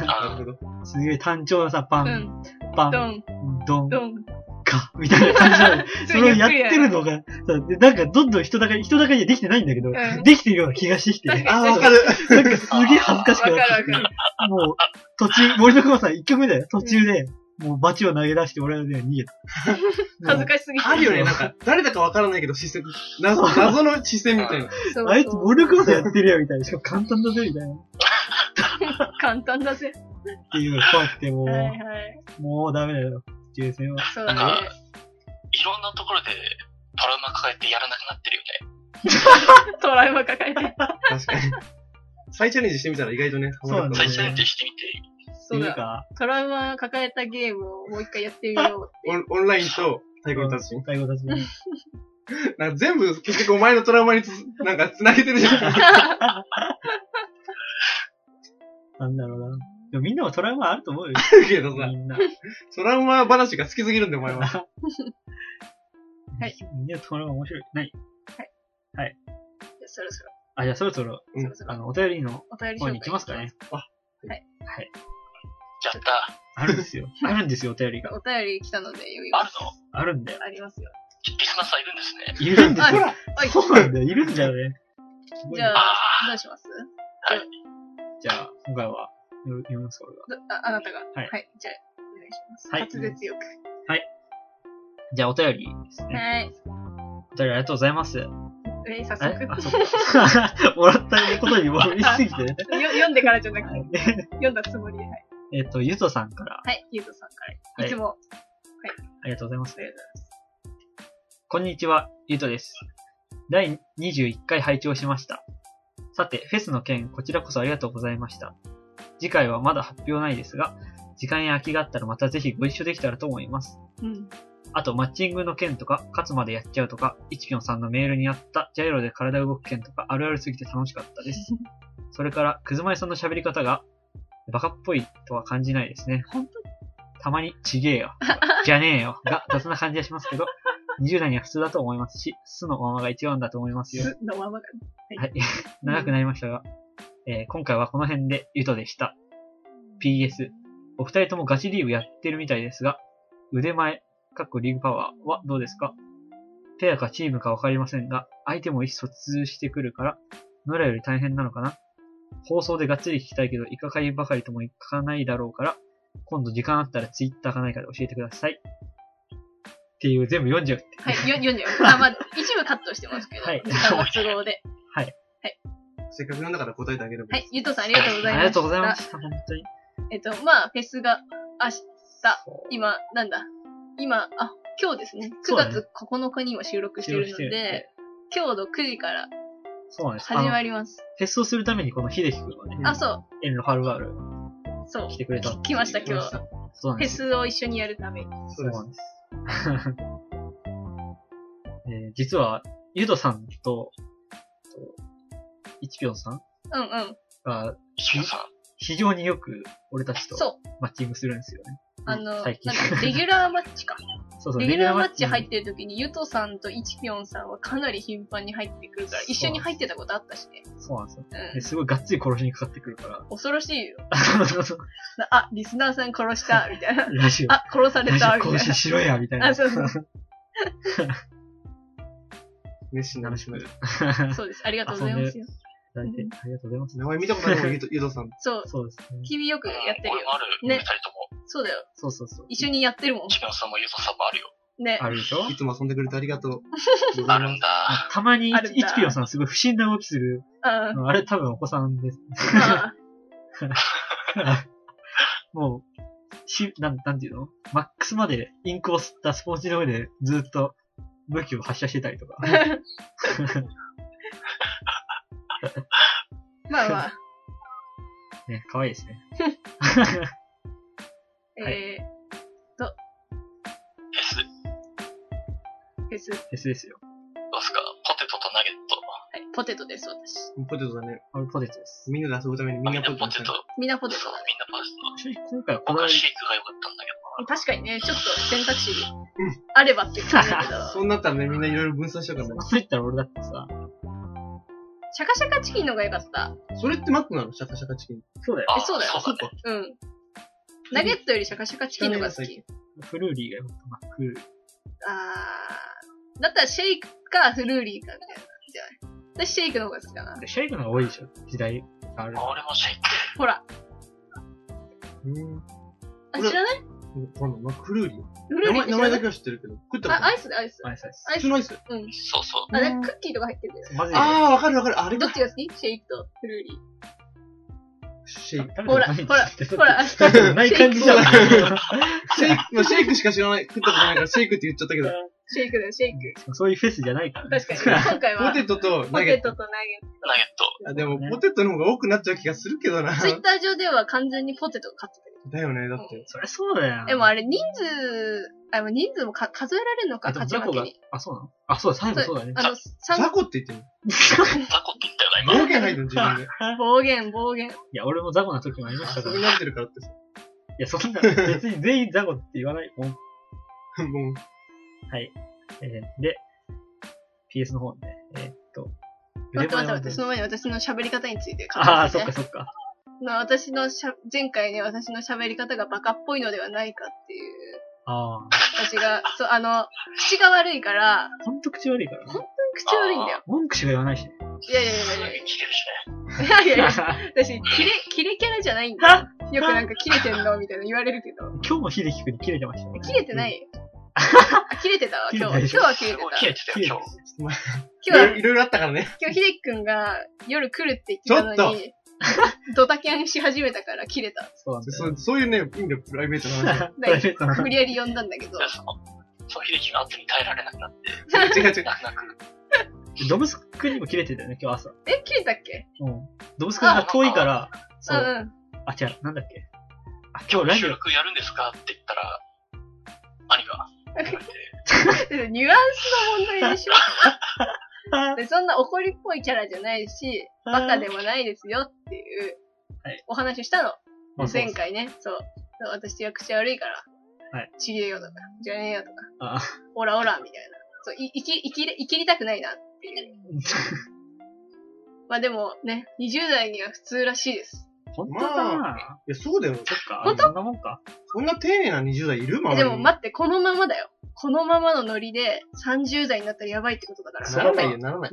D: ー
C: な
D: あー、
C: るほど。
A: すげえ単調なさ、パ
B: う
A: ン、
B: ん。
A: パ
B: ド
A: ン、
B: ン、
A: ドン、
B: ドン。
A: か、みたいな感じな の。それをやってるのが、そうでなんかどんどん人だかり、人だかりはできてないんだけど、
B: ん
A: できてるような気がしてきて、
B: 確
A: な
B: か
C: あー、わかる。
A: んかすげえ恥ずかしくなってきて
B: わかる
A: もう、途中、森の熊さん1曲目だよ。途中で、もうバチを投げ出して俺らには逃げた。
B: 恥ずかしすぎて。
C: あるよね、なんか、誰だかわからないけど、視線、謎謎の視線みたいな。
B: そうそう
A: あいつ森の熊さんやってるよ、みたいな。しかも簡単だぜ、みたいな。っ
B: 簡単だぜ。
A: ていうのが怖くて、も、
B: はいうはい。
A: もうダメだよ。ゲーセンは。
B: そうだね。
D: いろんなところでトラウマ抱えてやらなくなってるよね。
B: トラウマ抱え て。
C: 確かに。再チャレンジしてみたら意外とね、ハマるか
A: そう
D: 最
A: なん
C: も
D: 初
A: だよ
D: にってしてみて、
A: って
B: そう
A: いう
B: だ。
A: か、
B: トラウマ抱えたゲームをもう一回やって みようって
C: オ
B: いう。
C: ンオンラインと太鼓の達人。
A: 最後たちに。
C: なんか全部結局お前のトラウマにつなんか繋げてるじゃん。
A: なんだろうな。でもみんなもトラウマあると思うよ。
C: けどさ
A: み、んな。
C: トラウマ話が好きすぎるんだよ、お前は。
B: はい。
A: みんなトラウマ面白い。ない。
B: そろそろ、
A: あ、じゃあそろそろ、
C: うん
B: そろそ
A: あ
B: ろ、
A: の、お便りの
B: お便り紹
A: 方
B: 介
A: に行きますかね。
D: やった、
A: あるんですよ。あるんですよ、お便りが。
B: お便り来たので読み
D: あ
B: ま
D: る
B: す。
D: の
A: あるんだよ。
B: ありますよ。
D: リスナーさんいるんですね。
A: いるんです
B: あ
A: よ。
B: はい。
A: そうなんだよ。いるんだよね。すごい
B: じ
A: ね
B: ゃあ、
D: あ
B: どうします
D: あ、はい。
A: じゃあ、今回は、よ読みますか、俺が。
B: どああなたが。
A: は
B: はいい。じゃあ、お願いします。
A: はい
B: 滑舌よく。
A: じゃあ、お便りですね。
B: はい。
A: お便りありがとうございます。
B: え、早
A: あ
B: 速
A: れ。あ、そっか。 もらったことにもう嬉しすぎてね。
B: よ読んでからじゃなくて、
A: はい
B: 読んだつもりで。はい。
A: えっと、ゆとさんから、
B: はい。ゆうとさんから。
A: はい
B: いつも、
A: ありがとうございます
B: あ。りがとうございます。
A: こんにちは、ゆうとです。第21回拝聴しました。さて、フェスの件、こちらこそありがとうございました。次回はまだ発表ないですが、時間や空きがあったらまたぜひご一緒できたらと思います。
B: うん。
A: あと、マッチングの件とか、勝つまでやっちゃうとか、いちぴょんさんのメールにあった、ジャイロで体動く件とか、あるあるすぎて楽しかったです。それから、くずまえさんの喋り方が、バカっぽいとは感じないですね。
B: 本
A: たまに、ちげえよ。じゃねえよ。が、雑な感じがしますけど、20代には普通だと思いますし、素のままが一番だと思いますよ。
B: すのままが。
A: はい。 長くなりましたが、えー今回はこの辺でゆとでした。PS、お二人ともガチリーグやってるみたいですが、腕前、かっこリーグパワーはどうですかペアかチームかわかりませんが、相手も意思疎通してくるから、野良より大変なのかな放送でがっつり聞きたいけど、いかかりばかりともいかないだろうから、今度時間あったらツイッターかないかで教えてください。っていう、全部読んじゃうって。
B: はい。よ読んでよ。 あ、まあ、一部カットしてますけど、
A: はい
B: 時間の都合 で。
C: せっかくなんだから答えてあげれば
B: はい。ゆうとさんありがとうございました。
A: ありがとうございました、本当に。
B: えっと、まあ、フェスが明日、今、なんだ。今、あ、今日ですね。
A: そ
B: 9
A: うだね
B: 月9日に今収録してるの
A: 収録して
B: で
A: る、
B: 今日の9時から
A: そうなんです。あの
B: 始まります。
A: フェスをするためにこの秀樹くんはね、
B: あそ
A: 遠路はるばる
B: う、そう。
A: 来てくれた。
B: 来ました、今日。フ
C: そ
A: そうなんで
B: ェ
A: す。
B: スを一緒にやるために。
A: そ
C: そううで
A: な
C: す
A: ん。です。 えー実は、ゆとさんと、といちぴょんさん
B: うんうん。
A: が
D: 石野さん、
A: 非常によく俺たちと
B: そう。
A: マッチングするんですよね。
B: あの、なんか
A: 最近。
B: レギュラーマッチか。
A: そうそう
B: レギュラーマッチ入
A: て
B: ってる時に、ゆとさんといちぴょんさんはかなり頻繁に入ってくるから、一緒に入ってたことあったしね。
A: そうなんですよ。
B: う
A: で
B: ん。
A: すごいがっつり殺しにかかってくるから。
B: 恐ろしいよ。
A: そうそう
B: なあ、リスナーさん殺した、みたいな。
A: ラジオ、
B: あ、殺され
A: ラ
B: た、み
A: ジ
B: た
A: オ更
B: いな
A: 新。しろや、みたいな。
B: あそうそう
C: 熱心に なるしくなる。
B: そうです。ありがとうございますよ。
A: だいて、ありがとうございます。
C: 名前見たことないも ん、ゆとゆとさん。
B: そう。
A: そうですね。
B: 君よくやってる
D: 俺
B: よ。
D: もある、
B: ね
D: 二人とも。
B: そうだよ。
A: そうそうそう。
B: 一緒にやってるもん。
D: 自分さんもゆとさんもあるよ。
B: ね。
A: あるでしょ
C: いつも遊んでくれてありがとう。
D: あるんだ。
A: たまに
B: あるんだ
A: 1PO さんすごい不審な動きする。
B: あ
A: あれ多分お子さんです。
B: あ。
A: もう、し、なん、なんていうのマックスまでインクを吸ったスポンジの上でずっと武器を発射してたりとか。
B: まあまあ。
A: ね、可愛いですね。はい
B: え
D: S、どう
B: S。は
A: S ですよ。
D: すかポテトとナゲット。
B: い。ポテトです、私。
C: ポテトだね。
A: これポテトです。
C: みんなで遊ぶためにみ
D: あ
C: んな
D: み
C: ん
D: な
C: ポテ
D: ポ
C: ト
D: テ
C: だね
D: ト。。
B: みんなポテ
D: そう、みん
A: 正
D: なポテト。
A: 直今回はこ
D: 僕
A: の
D: は、シェイクが良かったんだけど
B: ト。確かにね、ちょっと選択肢あればって感じだけど。
C: そうなったらね、みんないろいろ分散しちゃうからね。
A: そう言ったら俺だってさ、
B: シャカシャカチキンの方が良かった。
C: それってマックなのシャカシャカチキン。
A: そうだよ。
D: な。
B: えそうだよ
D: そうだね。
B: うん。ナゲットよりシャカシャカチキンの方が好き。
A: フルーリーがよかった。まあ、フルーリー。
B: あー。だったらシェイクかフルーリーかみたいなんじゃない私シェイクの方が好きだな。
A: でシェイクの方が多いでしょ時代がある。
D: 俺もシェイク。
B: ほら。
C: うん。わ
B: あ、知らない
C: かんない。マックフルーリー。
B: フル
C: 名
B: ーリーって知ら
C: 前名
B: な
C: 前だけ
B: い
C: は知ってるけど。食ったこと
B: あ、
C: な
B: ア
C: い。
B: イスアイス。
A: アイスアイス。
B: ア
C: 普
B: イ
C: 通
B: ス。
C: のアイス。
B: うん。
D: そうそう。
B: あ、なんかクッキーとか入ってるんだよ。
A: マジで。
C: あー、わかるわかる。あれ
B: どっ
C: か。
B: ちが好きシェイクとフルーリー。
C: シェイ
A: 食
C: ク。
A: べたこ
B: ほ
A: と
B: ら、
A: ない
B: ほら、
A: って
B: ほら。
A: 食べたことない感じじゃん。
C: シ
A: そ
C: シェイク、まあシェイクしか知らない。食ったことないから、シェイクって言っちゃった けど。
B: シェイクだよ、シェイク。
A: ういうフェスじゃないからね。
B: 確か に。今回
C: ポ
B: は、
C: テトと
B: ポ
C: ナゲ
B: テ
C: ット。
B: トとナゲッ
D: ナゲット。
C: あでも、ポテトの方が多くなっちゃう気がするけどな。
B: ト。ツイッター上では完全にポテトが勝ってたけ
C: だよね、だって。
A: そりゃそうだよ。
B: ど。でもあれ、人数、あ、人数もか数えられるのか、
A: あ、でもザ
B: 勝ち負
A: コ
B: け
A: が
B: に。、
A: あ、そうなのあ、そうだ、最後そうだね。
B: あの、
C: ザ
B: 三
C: コって言って
D: ザコって言った
C: るの。暴
D: よな、今。
C: 言入ったの、自分で。
B: 暴言、暴言。
A: いや、俺もザコな時もありましたか
C: 遊
A: ら。
C: び
A: い
C: 慣れてるからってさ。
A: や、そんな、別に全員ザコって言わないもん。
C: もう、
A: はい。えー、で、PS の方ね。えーっと、
B: 待って待って待って、
A: 腕
B: そ
A: 前は
B: の前に私の喋り方について語
A: ああ、
B: っ
A: そ
B: て
A: っか
B: ね。
A: そっか。
B: まあ私のしゃ、前回ね、私の喋り方がバカっぽいのではないかっていう。
A: ああ、
B: 私が、そう、あの、口が悪いから、
A: ほんと口悪いからね。
B: 口悪いんだよ。
A: 文句しか言わないしね。
B: いやいやい
D: す
B: や
D: ご
B: いや
D: い切れるしね。
B: いやいや私、キレ、キレキャラじゃないんだよ。よくなんかキレてんのみたいな言われるけど。
A: 今日も秀樹くんに切れてましたね。
B: キレ てないよ。あ切れてたわ、今日
A: 切れてない
B: は。今
A: で
B: 日
A: しょ
B: は切れて
D: すごい
B: た
D: 切。れてたよ、今日。
C: い
B: 今日は
C: ろ、いろいろあったからね。
B: 今日、秀樹くんが夜来るって言ってたのに、ドタキャンし始めたから切 れた。
A: そうなんだよ。
C: そうそういうね、いいんだよ、プライベートな 話は。
A: プライベートな
B: 無理やり呼んだんだけど
D: で、その、そう、秀樹の圧に耐えられなくなって、
C: 違う違う。
D: 泣く泣く。
A: ドブス君にも切れてたよね、今日朝。
B: え、切れたっけ
A: うん。ドブス君が遠いから、
B: う
A: そ
B: ん
A: う。
B: うん。
A: あ、違う、なんだっけ。あ、今
D: 今
A: 日ラ
D: 日
A: ジ
D: 収
A: オ。
D: 録やるんですかって言ったら、兄が、
B: ニュアンスの問題でし ょでそんな怒りっぽいキャラじゃないし、バカでもないですよっていう
A: はい
B: お話をしたの。
A: まあそう
B: 前回ね、そう。そう私は口悪いから、
A: はい
B: ちげえよとか、じゃねえよとか、
A: あ
B: オラオラみたいな。そう、い、生き、生きれ、生きりたくないなっ ていう。まあでもね、20代には普通らしいです。
A: 本当だ
C: ま
A: な。
C: いや、そうだよ。
A: そっか、
B: 本当
A: そんなもんか。
C: そんな丁寧な20代いる周りに
B: でも待って、このままだよ。このままのノリで30代になったらやばいってことだから、
C: ならないよ、ならない。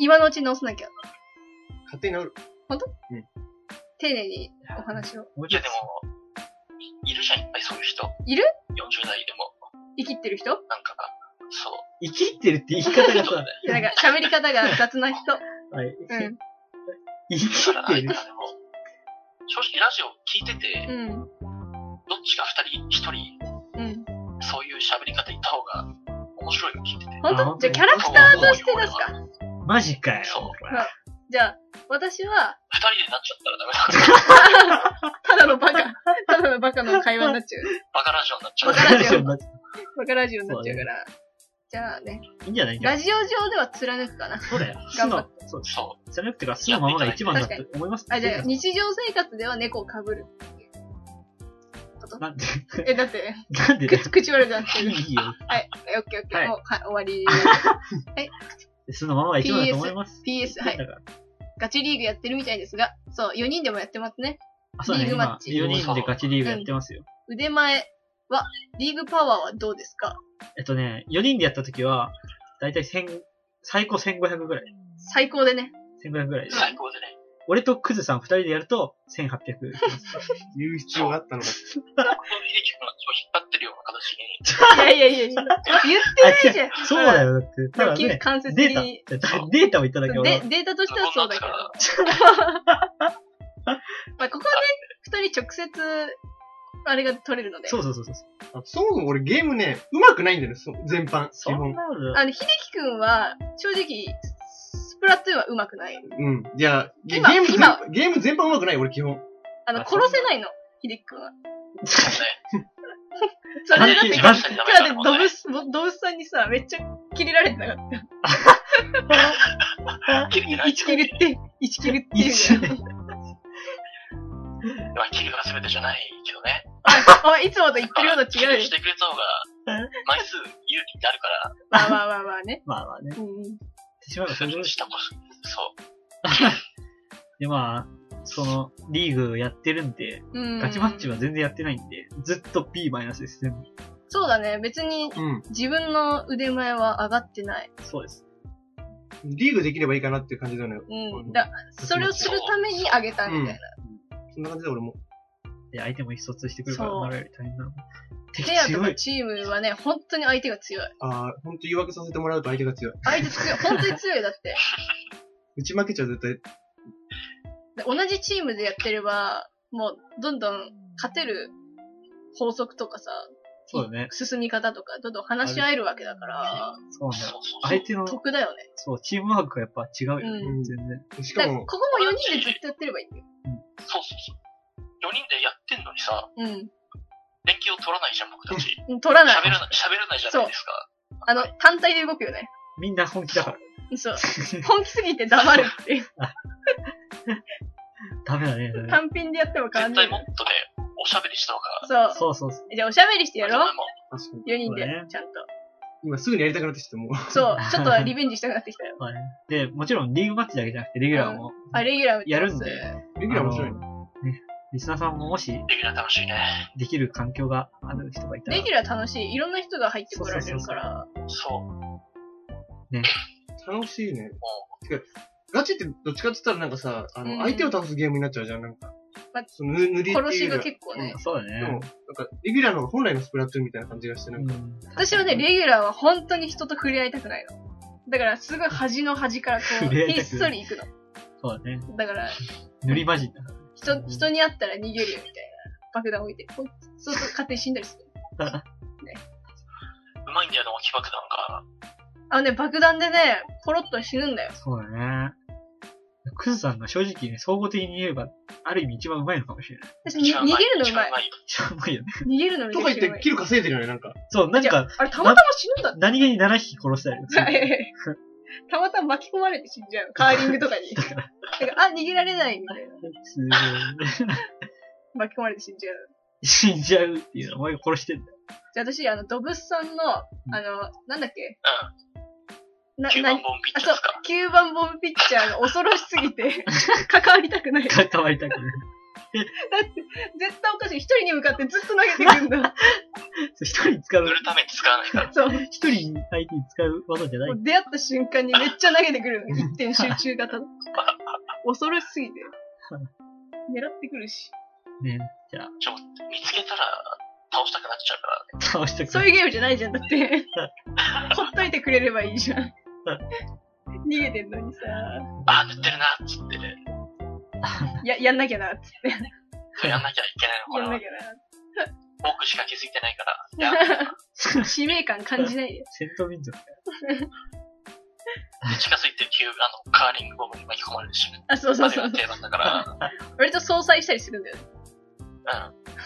B: 今のうちに直さなきゃ。
C: 勝手になる。
B: 丁寧にお話を。
A: もう
D: いやでも、いいるじゃん、いっぱいそういう人。
B: いる
D: ?40 代でも、
B: 生きってる人
D: なんかが、そう。
A: 生きってるって言い方 が
D: そうだ
A: さ
D: ね、。
B: なんか喋り方が雑な人。
A: はい
B: うん。
A: 生き
D: だか
A: っ
D: ら、
A: て
D: 相手
A: る。
D: はでも、正直ラジオ聞いてて、
B: うん。
D: どっちか2人、1人、
B: うん。
D: そういう喋り方いた方が面白いよ、聞いてて。
A: あ本
B: 本当
A: 当
B: じゃあ
A: に
B: キャラクターとして出すか。
A: マジかよ。
D: そう
A: これ
B: じゃあ、私は、
D: 2人でなっちゃったらダメだから、
B: ただのバカ、ただのバカの会話になっちゃう。
D: バカラジオになっちゃう
B: バ。カラジオ
A: になっちゃ
B: バカラジオになっちゃうから。じゃあね、
A: ういいんじゃないいいんじゃな
B: ラ
A: い
B: ジオ上では貫くかな。
A: そうだよ。素
B: 頑張
A: の
B: っ、
A: そう、
D: そう。
A: じゃなくてか、素のままが一番だと思います。
B: あ、じゃあ、日常生活では猫をかぶる。
A: なんで、
B: え、だって、
A: なんでだよ
B: 口、口悪くなって
A: い
B: る。
A: いよ。
B: はい、オッケーオッケ
A: は
B: ー。
A: い
B: もう、はい、終わり。
A: 素のままが一番だと思います。
B: PS、はい。
A: だから
B: ガチリーグやってるみたいですが、そう、4人でもやってますね。
A: あ、そうだね。
B: リーグマ
A: 今
B: ッ、チ
A: 4人でガチリーグやってますよ。
B: 腕前は、リーグパワーはどうですか
A: えっとね、4人でやった時は、だいたい1000最高1500ぐらい。
B: 最高でね。
A: 1500ぐらいで。
D: 最高でね。
A: 俺とクズさん二人でやると1800いき ます。
C: 言う必要があったのか。
D: この秀樹君が引っ張ってるような形に、
B: いやいやいやいや。言ってないじゃん。
A: あ違うそうだよ。だって、ただね、
B: 間接的
A: データ
B: に。、
A: だってデータを言っただけ俺
B: で
A: は、
B: データとしてはそうだけど。まあ、ここはね、二人直接、あれが取れるので。
A: そうそうそうそう。
C: あそもそも俺ゲームね、上手くないんだよね、そ全般。基
A: そん
C: 本。
A: なこと
B: あの、秀樹くんは、正直、スプラトゥーンは上手くない。
C: うん。いや、ゲゲ
B: 今
C: ーム全
B: 今
C: ゲーム全般上手くない、俺基本。
B: あの、
A: あ
B: 殺せないの、秀樹くんは。
D: ね、
B: それでだって、
A: 関係
B: 今
A: ない
B: 日だって、ドブス、ドブスさんにさ、めっちゃキレられてなかっ
D: 切れて
B: た。
D: ない
B: 1キルって、1キルっていうのよ。
D: まあ、切りが全てじゃないけどね。
B: お前いつもと言ってるような
D: 切
B: 違う
D: り
B: よ
D: し。てくれた方が、枚数有利になるから、
B: まあまあまあまあ ね。
A: まあまあね。
B: うんうん。
A: しまえば
D: そ
A: そ
D: れ
A: れで
D: にしたこそ、そう。
A: で、まあ、その、リーグやってるんで、
B: うん
A: ガチマッチは全然やってないんで、ずっと B マイナスですね。
B: そうだね。別に
C: うん。
B: 自分の腕前は上がってない。
A: そうです。
C: リーグできればいいかなっていう感じだよね。
B: うん。だ、それをするために上げたみたい
C: そんな感じで俺も。
A: で、相手も意思疎通してくるから、
B: そう
A: 我々より大変なの。敵
B: な。レアと
A: 強
B: か
A: い。
B: チームはね、本当に相手が強い。
C: ああ、ほんと誘惑させてもらうと相手が強い。
B: 相手強い。本当に強い。だって。
C: 打ち負けちゃ絶対。
B: で同じチームでやってれば、もう、どんどん勝てる法則とかさ、
A: そうだね。
B: 進み方とか、どんどん話し合えるわけだから、
A: そうなんだよ。
D: そうそうそう
A: 相。手の、
B: 得だよね。
A: そう、チームワークがやっぱ違うよね。
B: うん
A: 全然。
C: し
B: だ
C: か
B: からこ
C: も、
B: こも4人でずっとやってればいいんだよ。
D: そうそうそう。4人でやってんのにさ、連携を取らないじゃん、僕たち。
B: うん。 取らない。
D: 喋らない、喋らないじゃないですか。
B: あの、単体で動くよね。
A: みんな本気だから。
B: そう。本気すぎて黙るっていう。
A: ダメだね。ダメだね
B: 単品でやっても変わん
D: 絶
B: ない
D: 対も。っとね、おしゃべりした方が、
B: そう。
A: そうそうそう。
B: じゃあおしゃべりしてやろう
D: でも
C: 確かに
B: ?4 人で
A: そうだね、
B: ちゃんと。
C: 今すぐにやりたくなってきて、もう。
B: そう、 ちょっとリベンジしたくなってきたよ。
A: まあね。で、もちろんリーグマッチだけじゃなくて、レギュラーも。
B: あ、レギュラーも
A: やるんで
C: レギュラー面白いね。
A: ね。リスナーさんももし
D: レギュラー楽しいね。
A: できる環境がある人がいたら
B: レギ、ュラー楽しい。いろんな人が入ってこられるから。
D: そう。
C: 楽しいね。てか、ガチってどっちかって言ったらなんかさ、あ
B: うん
C: の、相手を倒すゲームになっちゃうじゃん、なんか
B: ま。
C: その、ぬ塗りっていうよりは
B: 殺しが結構ね。
A: そうだ
C: でも、なん
A: ね。
C: か、レギュラーの方が本来のスプラトゥーンみたいな感じがして、なんか、
A: うん
B: 私はね、レギュラーは本当に人と触れ合いたくないの。だから、すごい端の端からこう、
A: 触れ合いたくな
B: ひっ
A: い
B: そり行くの。
A: そうだね。
B: だから、
A: 塗り混じった。
B: 人、人に会ったら逃げるよみたいな。爆弾置いて。こうそうすると勝手に死んだりする。
D: うまいんだよ、でも起爆弾が。
B: あのね、爆弾でね、ポロッと死ぬんだよ。
A: そうだね。クズさんが正直ね、総合的に言えば、ある意味一番うまいのかもしれない。
B: 私、に逃げるのう
D: 一
B: ま
D: 番
B: い。
D: いよ。
A: 一番うまいよね。
B: 逃げるのめ
C: と
B: ち
C: か
B: ゃく
C: 言っ
B: ちゃうま
C: て
B: い。
C: キル稼いでるよね、なんか。
A: そう、なん
B: じゃ
A: か
B: あ、あれ、たまたま死ぬんだって
A: 何気に7匹殺したよ。
B: はいたまたま巻き込まれて死んじゃう。カーリングとか に。なんかあ、逃げられないみたいな。
A: すごい。
B: 巻き込まれて死んじゃう。
A: 死んじゃうっていうのはお前が殺してんだよ。
B: じゃあ私、あの、ドブスさんの、あの、なんだっけな、
D: 9
B: な
D: 番、ボンピッ
B: あ、
D: チャ
B: そ
D: ー
B: う
D: ですか。、
B: 9番ボムピッチャーが恐ろしすぎて、 関わりたくない。絶
A: かわいたくない。
B: 対おかしい。一人に向かってずっと投げてくんだ。
A: そう一人使う
D: 塗、るために使わないから。
B: そう。も。
A: 一人相手に使う技じゃないう
B: 出会った瞬間にめっちゃ投げてくるの。一点集中 型の。恐ろしすぎて。狙ってくるし。
A: ね。じゃあ、
D: ちょ見つけたら、倒したくなっちゃうから、
A: 倒したく
B: そう
A: ない
B: いうゲームじゃないじゃん、だ って。ほっといてくれればいいじゃん。逃げてんのにさ、
D: あー、塗ってるな、っつって、ね、
B: や、やんなきゃな、つって。
D: やんなきゃいけないの、これ
B: やん
D: は
B: な。きゃ
D: 僕しか気づいてないから。いや、
B: な。使命感感じないで。
A: 戦闘民族。
D: 近づいて急、あの、カーリングボムに巻き込まれてしまう。
B: あ、そうそうそう
D: あれ。が定番だから、
B: 割と相殺したりするんだよね。
D: う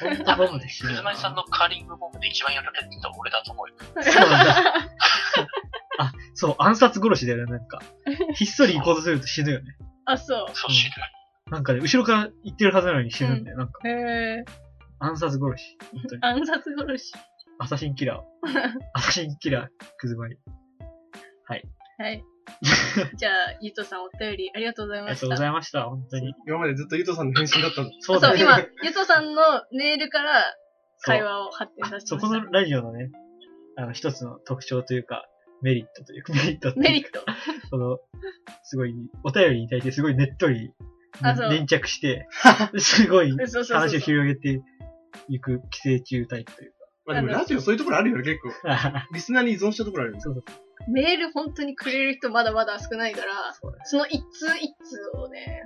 D: ん。
A: ほんとボムで死ぬ
D: 鈴
A: よ
D: ま
A: な。
D: さんのカーリングボムで一番やられてた俺だと思うよ。
A: そうなんだ。あ、そう、暗殺殺しだよね、 なんか。ひっそり行こうとすると死ぬよね。
B: あ、そう。
D: そう知る。
A: なんかね、後ろから行ってるはずなのに死ぬんだよ。なんか、
B: へえ。
A: 暗殺殺し。本当に。
B: 暗殺殺し。
A: アサシンキ ラー。アサシンキラー、くずまり。
B: はい。じゃあ、ゆとさんお便りありがとうござい
A: ありが
B: ま
A: と
B: し
A: うご
B: た。
A: ざいました、本当に。
C: 今までずっとゆとさんの返信だったの。
A: そう
B: そ
A: だ
B: う、
A: ね。
B: 今、ゆとさんのメールから会話を発展
A: あ
B: させて
A: そ
B: まし
A: こ
B: た
A: の。ラジオのね、あの、一つの特徴というか、メリットというか、メリットっていうか
B: メリット。
A: その、すごい、お便りに対してすごいねっとり、
B: あそう
A: 粘着 して、すごい
B: そうそうそう
A: 話
B: そ
A: を
B: う。
A: 広げていく寄生虫タイプという
C: まあでもラジオそういうところあるよね、結構。
A: か。
C: リスナーに依存したところあるよね。
A: そうそう
B: メール本当にくれる人まだまだ少ないから、
A: そうだね
B: その一通一通をね、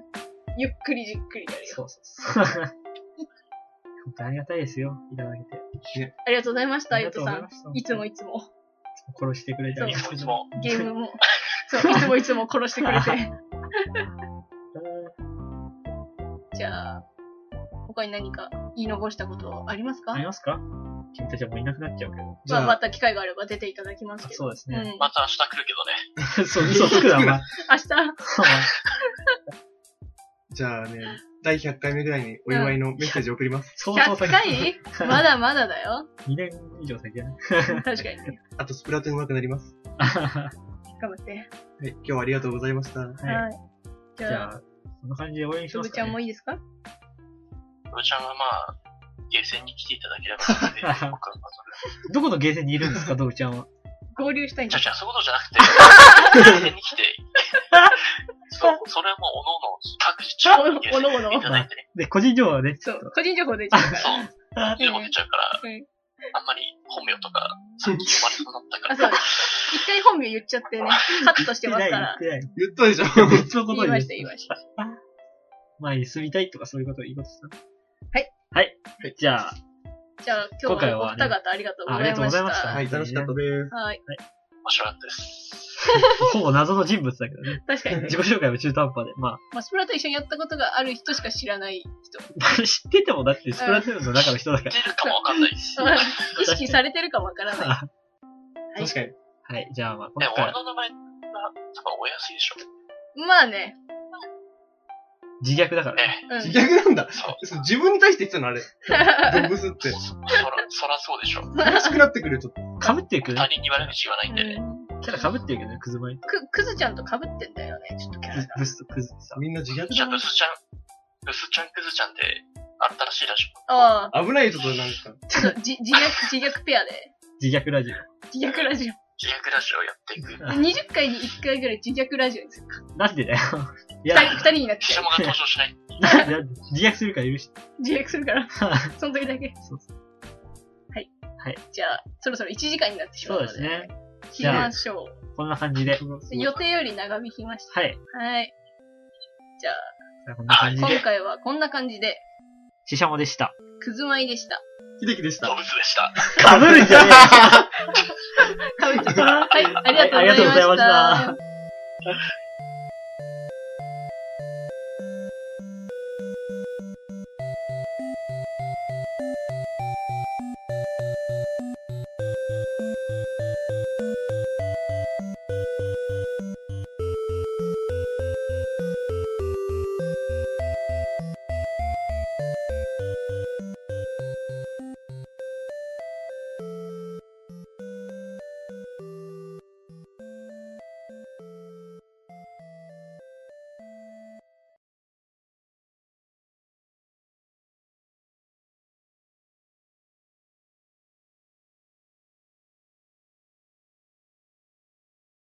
B: ゆっくりじっくりやるよ。
A: そうそう そう。本当ありがたいですよ、いただけて。
B: ありがとうございました、ゆうとさん。
A: した
B: いつもいつも、
A: 殺してくれてあり
D: い
A: が
D: つ
A: と
D: も
A: う
D: い
B: ゲ
D: つも、
B: ームも、そう、いつもいつも殺してくれて。じゃあ、他に何か言い残したことありますか
A: ありますか君たちはもういなくなっちゃうけど。
C: じ
B: まあ、
C: ゃ
B: ま
C: あ、
B: た機会があれば出ていただきます
A: あ
B: けど。
A: そうです
B: うん。
A: ね。
B: 明
D: また明日来るけど ね。
A: そう、嘘つくな、お前。
B: 日、
C: じゃあね、第100回目ぐらいにお祝いのメッセージを送ります。
A: 相当
B: 100
A: 先。
B: 回まだまだだよ。
A: 2年以上先や ね。
B: 確かに。
C: あと、スプラトゥーン上手くなります。
B: 頑張って。
C: はい、今日はありがとうございま した。
A: はい。
B: い。じ
A: じ
B: ゃ
A: ゃ
B: あ、
A: あ、そんな感じで応援し
B: つ
A: ま
B: ぶ
A: す
B: ち
A: か
B: ゃん
A: ね
B: も。いいですか
D: ムロちゃんはまあ、ゲーセンに来ていただければいいので、僕はまあ それ
A: どこのゲーセンにいるんですか、ドブちゃんは。
B: 合流したいん
D: じ
B: だ
D: ゃあ。じゃあそういうことじゃ なくて、ゲーセンに来て、そうそれはもう、おのおの、各自、
B: おのおの
D: いただいてね。
A: で、個人情報はね、ち
B: そ
A: ょっ
B: う、個人情報出ちゃうから。
D: そう。 いいの出ちゃうから、
B: うん
D: あんまり本名とか、さっき言われそうになったか
B: あ、そ
D: ら、
B: うです。一回本名言っちゃってね、カットして
A: と。言
B: ま
A: ってな
B: す
A: い、言って
B: から。
A: ない。
C: 言ったでしょ
A: 別のこ
B: 言
A: と
B: い
A: に。
B: ました、言いました。
A: 前に住みたいとかそういうことを言います
B: はい。
A: はい。じゃあ、
B: じゃあ、今日はお二方ありがとうござい
A: 今回はねあ
B: まし
A: りがとうございました
B: た。
C: はい、楽しかったです。
B: はい。
D: 面白かったです。
A: ほぼ謎の人物だけどね。
B: 確かに。
A: 自己紹介も中途半端で。ま
B: まあ、スプラと一緒にやったことがある人しか知らない 人。
A: あ、知っててもだってスプラトゥーンの中の人だから。
D: 出るかもわかんないし。
B: うん意識されてるかもわからない。い
C: 確かに。
A: はい。じゃあ、まあ、
D: ね、
A: 今
D: 俺
A: 回、
D: の名前が、多分お安いでしょ。
B: まあね、
A: 自虐だからね。
D: ね。
B: うん。
C: 自虐なんだ。
D: そう。
C: そう自分に対して言ってたのあれ。動物っ
D: そ
C: て。
D: そら、 そらそうでしょ。
C: 悲しくなってくる、ちょっと。
A: 被ってるけど
D: 他
A: ね。
D: 人に悪口言わないんでね。
B: うん
A: キャラ被ってるけどね、クズマイと。
B: く、くずちゃんと被ってんだよね、ちょっとキャラが。
A: ブスとクズさ。
C: みんな自虐
D: じゃあ、ブスちゃん、ブスちゃん、クズちゃんで、新しいラジオ。
B: あ
C: 危ないところなんですか。
B: あ、ちょっと、じ、自虐、自虐ペアで。
A: 自虐ラジオ。
B: 自虐ラジオ。
D: 自虐ラジオやっていく。
A: あ
B: 20回に1回ぐらい自虐ラジオにするか。
A: なん でだよ。い
B: 2
A: や、
B: 人、二人になっ
D: 貴
B: ちゃう。
D: 様が登場しない。
A: なんで自虐するから許して。
B: 自虐す るから。その時だけ。
A: そうそう
B: じゃあ、そろそろ1時間になってしまう
A: そうで
B: ので。
A: すね。
B: 切りましょ
A: こんな感じで。
B: う。予定より長引きました。
A: はい。
B: はい。じゃあ、
A: じゃあこんな感じ
B: 今
A: で。
B: 回はこんな感じで、
A: ししゃもでした。
B: くずまいで した。
C: 秀樹でした
D: 動。物でした。
A: かぶるんじゃね
B: はい、ありがとうございました。
A: はいありがとうございました